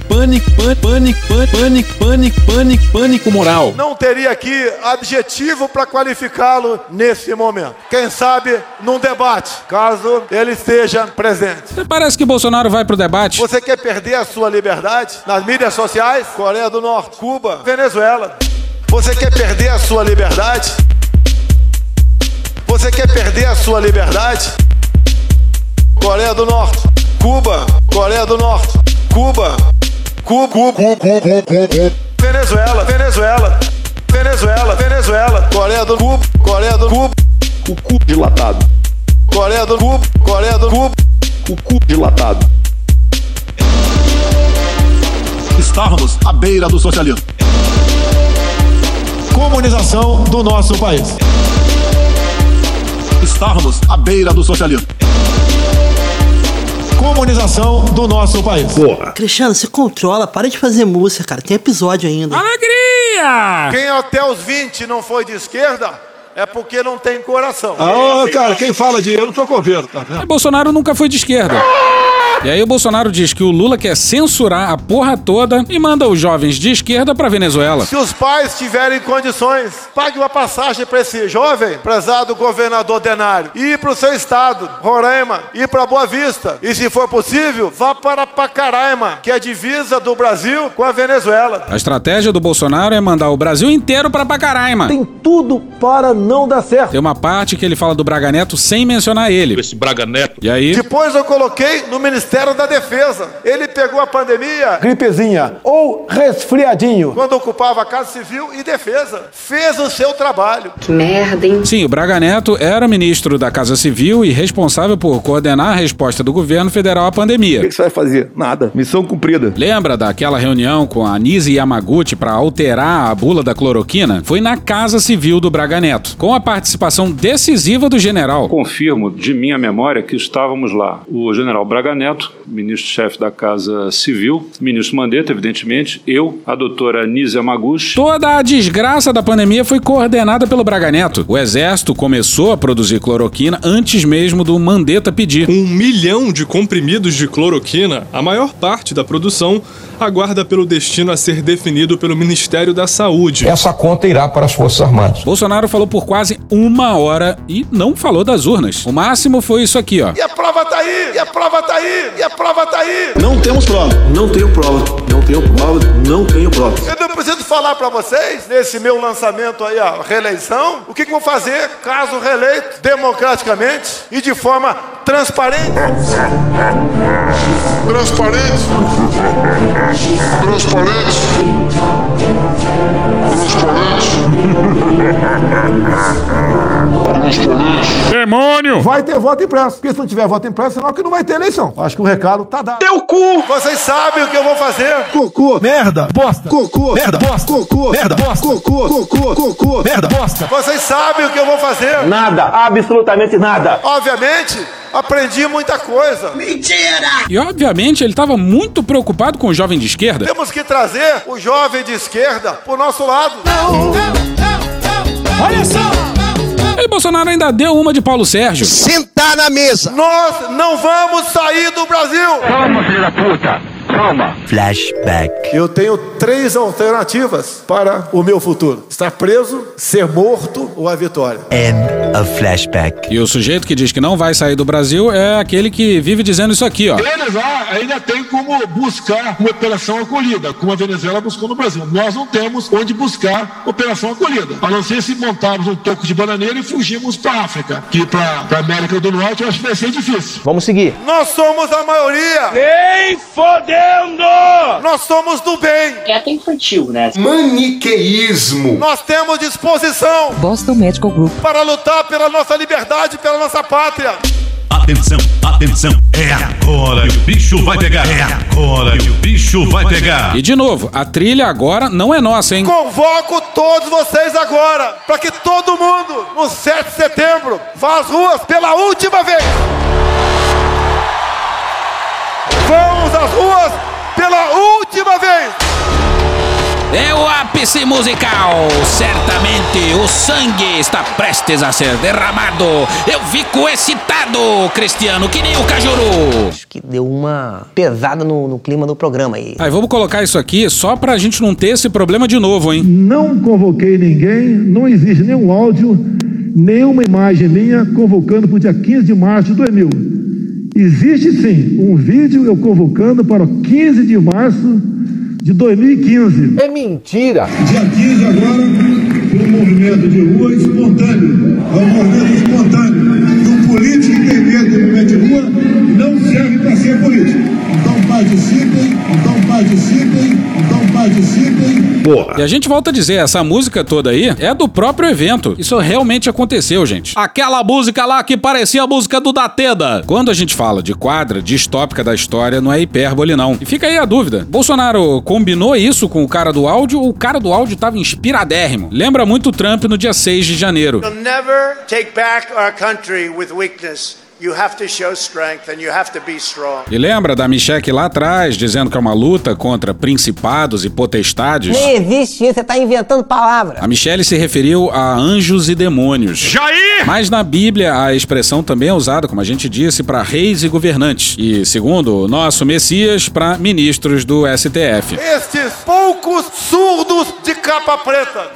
Pânico, pân- pânico, pân- pânico, pânico, pânico, pânico moral.
Não teria aqui adjetivo para qualificá-lo nesse momento. Quem sabe num debate, caso ele esteja presente.
Parece que Bolsonaro vai pro debate.
Você quer perder a sua liberdade nas mídias sociais? Coreia do Norte, Cuba, Venezuela. Você quer perder a sua liberdade? Você quer perder a sua liberdade? Coreia do Norte, Cuba, Coreia do Norte, Cuba, Cuba, Cuba, Cuba, Cuba. Venezuela, Venezuela, Venezuela, Venezuela, Coreia do Cuba, Coreia do Cuba, o cu dilatado. Coreia do Cuba, Coreia do Cuba, o cu dilatado.
Estávamos à beira do socialismo.
Comunização do nosso país.
Estávamos à beira do socialismo.
Comunização do nosso país.
Porra. Cristiano, se controla, para de fazer música, cara. Tem episódio ainda.
Alegria!
Quem até os 20 não foi de esquerda é porque não tem coração.
Ah, ô, cara, quem fala de eu não sou coveiro, tá vendo?
Bolsonaro nunca foi de esquerda. E aí o Bolsonaro diz que o Lula quer censurar a porra toda e manda os jovens de esquerda pra Venezuela.
Se os pais tiverem condições, pague uma passagem para esse jovem, prezado governador Denário, e ir para o seu estado, Roraima, ir para Boa Vista. E se for possível, vá para Pacaraima, que é a divisa do Brasil com a Venezuela.
A estratégia do Bolsonaro é mandar o Brasil inteiro pra Pacaraima. Tem
tudo para não dar certo.
Tem uma parte que ele fala do Braga Neto sem mencionar ele. Esse Braga Neto. E aí?
Depois eu coloquei no Ministério da Defesa. Ele pegou a pandemia
Gripezinha ou resfriadinho.
quando ocupava a Casa Civil e Defesa. Fez o seu trabalho.
Que merda, hein? Sim, o Braga Neto era ministro da Casa Civil e responsável por coordenar a resposta do governo federal à pandemia. O que
você vai fazer? Nada. Missão cumprida.
Lembra daquela reunião com a Anise Yamaguchi para alterar a bula da cloroquina? Foi na Casa Civil do Braga Neto, com a participação decisiva do general.
Confirmo de minha memória que estávamos lá. O general Braga Neto, ministro-chefe da Casa Civil, ministro Mandetta, evidentemente, eu, a doutora Nisa Maguchi.
Toda a desgraça da pandemia foi coordenada pelo Braga Neto. O exército começou a produzir cloroquina antes mesmo do Mandetta pedir.
Um milhão de comprimidos de cloroquina, a maior parte da produção, aguarda pelo destino a ser definido pelo Ministério da Saúde.
Essa conta irá para as Forças Armadas.
Bolsonaro falou por quase uma hora e não falou das urnas. O máximo foi isso aqui, ó.
E a prova tá aí! E a prova tá aí! E a prova tá aí!
Não temos prova.
Não tenho prova. Não tenho prova. Não tenho prova.
Eu não preciso falar pra vocês, nesse meu lançamento aí, a reeleição, o que, que eu vou fazer caso reeleito democraticamente e de forma transparente. Transparente. Transparente.
Demônio!
Vai ter voto impresso. Porque se não tiver voto impresso, senão que não vai ter eleição. Acho que o recado tá dado.
Teu cu! Vocês sabem o que eu vou fazer?
Cocô, merda, bosta, cocô, merda, bosta, cocô, merda, bosta, cocô, cocô, cocô, merda, bosta.
Vocês sabem o que eu vou fazer?
Nada, absolutamente nada.
Obviamente, aprendi muita coisa. Mentira!
E obviamente ele estava muito preocupado com o jovem de esquerda.
Temos que trazer o jovem de esquerda pro nosso lado. Olha só!
E Bolsonaro ainda deu uma de Paulo Sérgio.
Sentar Tá na mesa! Nós não vamos sair do Brasil! Vamos, filho da puta! Calma!
Flashback.
Eu tenho três alternativas para o meu futuro: estar preso, ser morto ou a vitória.
End of flashback.
E o sujeito que diz que não vai sair do Brasil é aquele que vive dizendo isso aqui, ó.
Venezuela ainda tem como buscar uma operação acolhida, como a Venezuela buscou no Brasil. Nós não temos onde buscar operação acolhida. A não ser se montarmos um toco de bananeira e fugirmos para África, que para América do Norte eu acho que vai ser difícil.
Vamos seguir.
Nós somos a maioria! Nem fodendo! Nós somos do bem! É até infantil, né? Maniqueísmo! Nós temos disposição
Boston Medical Group.
para lutar pela nossa liberdade, pela nossa pátria!
Atenção, atenção. É agora que o bicho vai pegar. É agora que o bicho vai pegar.
E de novo, a trilha agora não é nossa, hein?
Convoco todos vocês agora, para que todo mundo, no 7 de setembro, vá às ruas pela última vez. Vamos às ruas pela última vez.
É o ápice musical! Certamente o sangue está prestes a ser derramado! Eu fico excitado, Cristiano, que nem o Cajuru!
que deu uma pesada no, no clima do programa aí.
Aí vamos colocar isso aqui só pra gente não ter esse problema de novo, hein?
Não convoquei ninguém, não existe nenhum áudio, nenhuma imagem minha convocando para o dia 15 de março de 2000. Existe sim um vídeo eu convocando para o 15 de março de 2015. É mentira!
Dia 15 agora, um movimento de rua espontâneo. É um movimento espontâneo. E um político que tem medo de movimento de rua não serve para ser político. Então participem, então participem, então participem.
E a gente volta a dizer, essa música toda aí é do próprio evento. Isso realmente aconteceu, gente. Aquela música lá que parecia a música do Datena. Quando a gente fala de quadra distópica da história, não é hipérbole, não. E fica aí a dúvida. Bolsonaro combinou isso com o cara do áudio ou o cara do áudio tava inspiradérrimo? Lembra muito o Trump no dia 6 de janeiro.
You'll never take back our country with weakness. You have to show strength and you have to be strong.
E lembra da Michelle lá atrás, dizendo que é uma luta contra principados e potestades?
Nem existe isso, você tá inventando palavras.
A Michelle se referiu a anjos e demônios. Jair! Mas na Bíblia a expressão também é usada, como a gente disse, para reis e governantes. E, segundo o nosso Messias, para ministros do STF.
Estes poucos surdos de capa preta.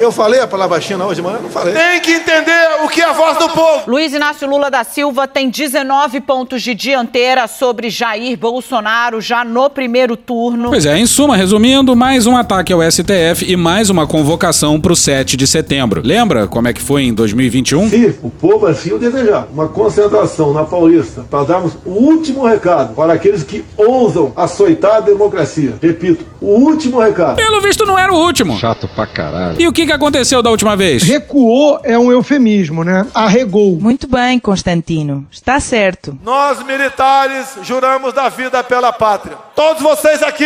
Eu falei a palavra China hoje, mas eu não falei.
Tem que entender o que é a voz do povo.
Luiz Inácio Lula da Silva tem 19 pontos de dianteira sobre Jair Bolsonaro já no primeiro turno.
Pois é, em suma, resumindo, mais um ataque ao STF e mais uma convocação pro 7 de setembro. Lembra como é que foi em 2021?
Se o povo assim o desejar, uma concentração na Paulista para darmos o último recado para aqueles que ousam açoitar a democracia. Repito, o último recado.
Pelo visto, não era o último.
Chato pra caralho.
E o que, que aconteceu da última vez?
Recuou é um eufemismo, né? Arregou.
Muito bem, Constantino. Está certo.
Nós, militares, juramos da vida pela pátria. Todos vocês aqui.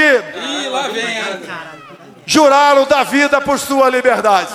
Juraram da vida por sua liberdade.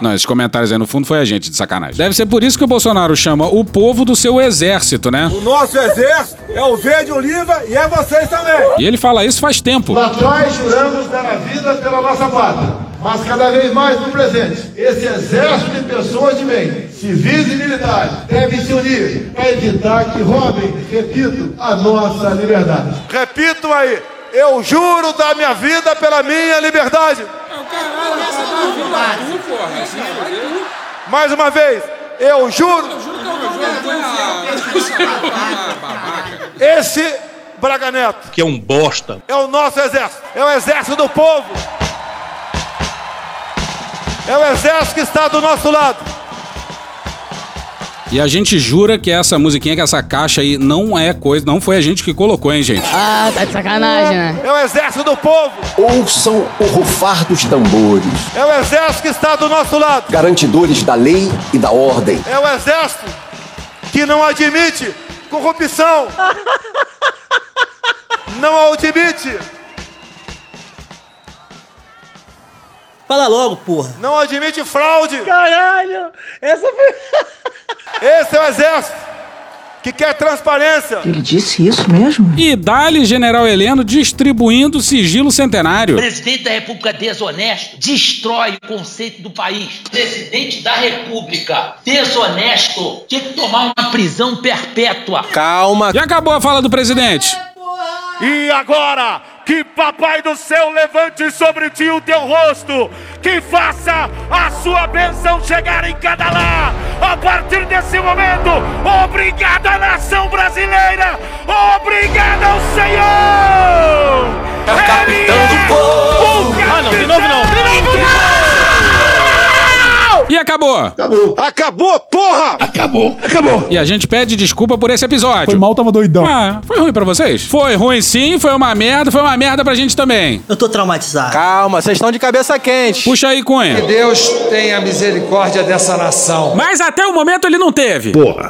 Não, esses comentários aí no fundo foi a gente, de sacanagem. Deve ser por isso que o Bolsonaro chama o povo do seu exército, né?
O nosso exército é o verde oliva e é vocês também.
E ele fala isso faz tempo.
Lá atrás juramos dar a vida pela nossa pátria, mas cada vez mais no presente. Esse exército de pessoas de bem, civis e militares, deve se unir para evitar que roubem, repito, a nossa liberdade.
Repito aí. Eu juro da minha vida pela minha liberdade. Mais uma vez, eu juro. Esse Braga Neto
Que é um bosta.
é o nosso exército, é o exército do povo. É o exército que está do nosso lado.
E a gente jura que essa musiquinha, que essa caixa aí não é coisa, não foi a gente que colocou, hein, gente?
Ah, tá de sacanagem, né?
É o exército do povo.
Ouçam o rufar dos tambores,
É o exército que está do nosso lado.
garantidores da lei e da ordem.
É o exército que não admite [laughs] corrupção. Não admite,
Fala logo, porra.
não admite fraude. Caralho, essa foi... Esse é o exército que quer transparência.
Ele disse isso mesmo? E dá-lhe General Heleno distribuindo sigilo centenário.
Presidente da República desonesto destrói o conceito do país. Presidente da República desonesto tinha que tomar uma prisão perpétua.
Calma. Já acabou a fala do presidente.
E agora, que Papai do Céu levante sobre ti o teu rosto, que faça a sua bênção chegar em cada lar. A partir desse momento, obrigada nação brasileira, obrigada ao Senhor. É o capitão do povo.
Ah, não, de novo não.
De novo não.
E acabou.
Acabou.
Acabou, porra!
Acabou. Acabou. E a gente pede desculpa por esse episódio.
Foi mal, tava doidão.
Ah, foi ruim pra vocês? Foi ruim sim, foi uma merda, foi uma merda pra gente também.
Eu tô traumatizado.
Calma, vocês estão de cabeça quente.
Puxa aí, Cunha.
Que Deus tenha misericórdia dessa nação.
Mas até o momento ele não teve.
Porra.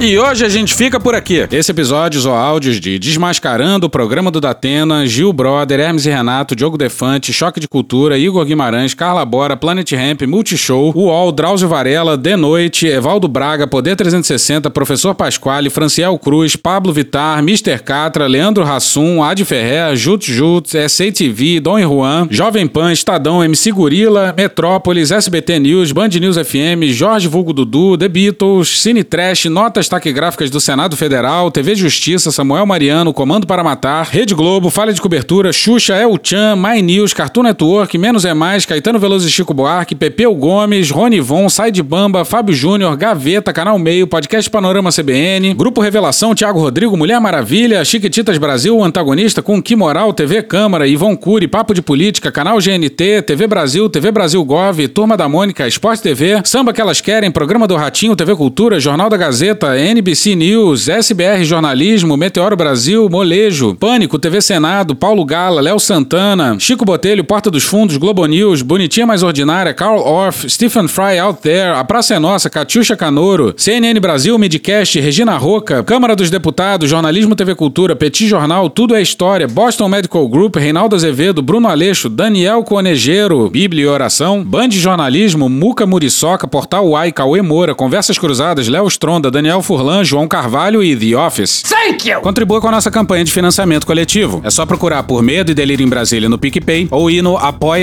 E hoje a gente fica por aqui. Esse episódio ou áudios de Desmascarando, o programa do Datena, Gil Brother, Hermes e Renato, Diogo Defante, Choque de Cultura, Igor Guimarães, Carla Bora, Planet Ramp, Multishow, UOL, Drauzio Varela, De Noite, Evaldo Braga, Poder 360, Professor Pasquale, Franciel Cruz, Pablo Vitar, Mr. Catra, Leandro Rassum, Ad Ferrer, Jut Jut, SATV, Dom e Juan, Jovem Pan, Estadão, MC Gorila, Metrópolis, SBT News, Band News FM, Jorge Vulgo Dudu, The Beatles, Cine Trash, Notas taquigráficas do Senado Federal, TV Justiça, Samuel Mariano, Comando para Matar, Rede Globo, Falha de Cobertura, Xuxa, El Chan, My News, Cartoon Network, Menos é Mais, Caetano Veloso e Chico Buarque, Pepeu Gomes, Rony Von, Sai de Bamba, Fábio Júnior, Gaveta, Canal Meio, Podcast Panorama CBN, Grupo Revelação, Tiago Rodrigo, Mulher Maravilha, Chiquititas Brasil, o Antagonista, com Que Moral, TV Câmara, Ivon Cury, Papo de Política, Canal GNT, TV Brasil, TV Brasil Gov, Turma da Mônica, Esporte TV, Samba Que Elas Querem, Programa do Ratinho, TV Cultura, Jornal da Gazeta, NBC News, SBR Jornalismo, Meteoro Brasil, Molejo, Pânico, TV Senado, Paulo Gala, Léo Santana, Chico Botelho, Porta dos Fundos, Globo News, Bonitinha Mais Ordinária, Carl Orff, Stephen Fry Out There, A Praça é Nossa, Catiuxa Canoro, CNN Brasil, Midcast, Regina Roca, Câmara dos Deputados, Jornalismo TV Cultura, Petit Jornal, Tudo é História, Boston Medical Group, Reinaldo Azevedo, Bruno Aleixo, Daniel Conejeiro, Bíblia e Oração, Band Jornalismo, Muca Muriçoca, Portal Uai, Cauê Moura, Conversas Cruzadas, Léo Stronda, Daniel Furlan, João Carvalho e The Office.
Thank you!
Contribua com a nossa campanha de financiamento coletivo. É só procurar por Medo e Delírio em Brasília no PicPay ou ir no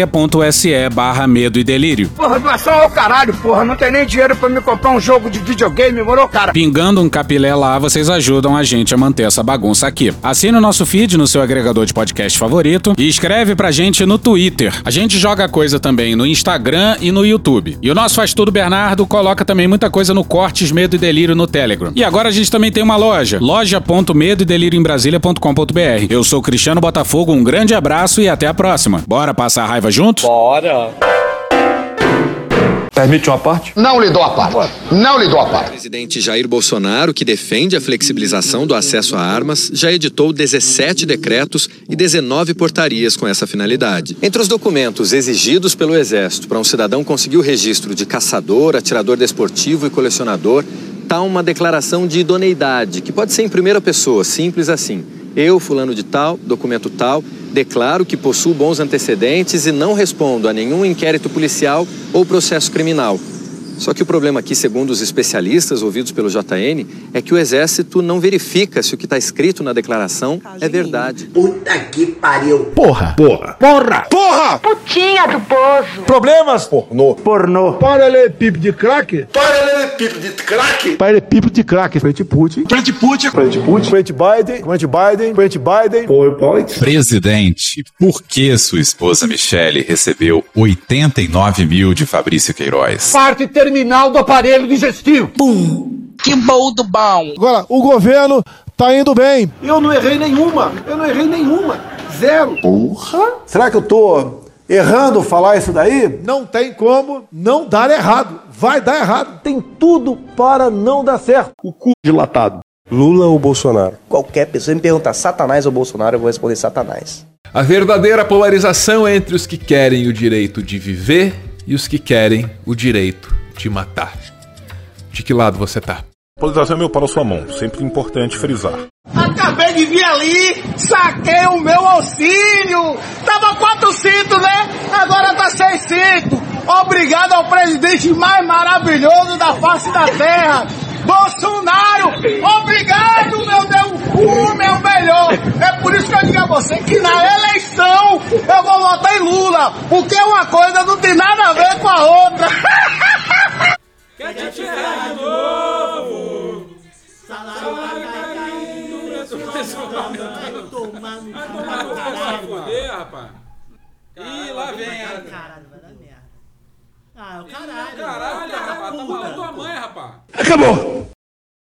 apoia.se barra Medo e Delírio.
Porra, doação ao caralho, porra. Não tem nem dinheiro pra me comprar um jogo de videogame, morou, cara?
Pingando um capilé lá, vocês ajudam a gente a manter essa bagunça aqui. Assine o nosso feed no seu agregador de podcast favorito e escreve pra gente no Twitter. A gente joga coisa também no Instagram e no YouTube. E o nosso Faz Tudo Bernardo coloca também muita coisa no Cortes Medo e Delírio no Telegram. E agora a gente também tem uma loja, loja.medoedelirioembrasilha.com.br. Eu sou Cristiano Botafogo, um grande abraço e até a próxima. Bora passar a raiva junto?
Bora!
Permite uma parte?
Não lhe dou a parte. Não lhe dou a parte.
presidente Jair Bolsonaro, que defende a flexibilização do acesso a armas, já editou 17 decretos e 19 portarias com essa finalidade. Entre os documentos exigidos pelo Exército para um cidadão conseguir o registro de caçador, atirador desportivo e colecionador, está uma declaração de idoneidade, que pode ser em primeira pessoa, simples assim. Eu, fulano de tal, documento tal, declaro que possuo bons antecedentes e não respondo a nenhum inquérito policial ou processo criminal. Só que o problema aqui, segundo os especialistas ouvidos pelo JN, é que o Exército não verifica se o que está escrito na declaração é verdade.
Puta que pariu.
Porra. Porra.
Porra. Porra.
Putinha do poço.
Problemas. Pornô.
Pornô.
Paralelepípedo de crack.
Paralelepípedo de crack.
Paralelepípedo de crack. Frente Putin.
Frente Putin.
Frente Putin.
Frente Biden. Frente Biden. Frente Biden.
PowerPoint.
Presidente, por que sua esposa Michele recebeu 89 mil de Fabrício Queiroz?
Parte terminal do aparelho digestivo.
Pum. Que boldo bom.
Agora, o governo tá indo bem.
Eu não errei nenhuma. Eu não errei nenhuma. Zero.
Porra. Será que eu tô errando falar isso daí?
Não tem como não dar errado. Vai dar errado.
Tem tudo para não dar certo.
O cu dilatado.
Lula ou Bolsonaro?
Qualquer pessoa me perguntar Satanás ou Bolsonaro, eu vou responder Satanás.
A verdadeira polarização é entre os que querem o direito de viver e os que querem o direito de matar. De que lado você tá?
Polarização é meu para sua mão, sempre importante frisar.
Acabei de vir ali, saquei o meu auxílio. Tava 400, né? Agora tá 600. Obrigado ao presidente mais maravilhoso da face da terra. Bolsonaro, obrigado, meu Deus, o meu melhor. É por isso que eu digo a você que na eleição eu vou votar em Lula, porque uma coisa não tem nada a ver com a outra.
Quer te tirar de novo? Salário caindo, preço vai tomar no caralho.
Foder, rapaz. Ih, lá vem a.
Caralho, vai dar merda. Ah, é o
Caralho, rapaz. Tá falando tua mãe, rapaz.
Acabou!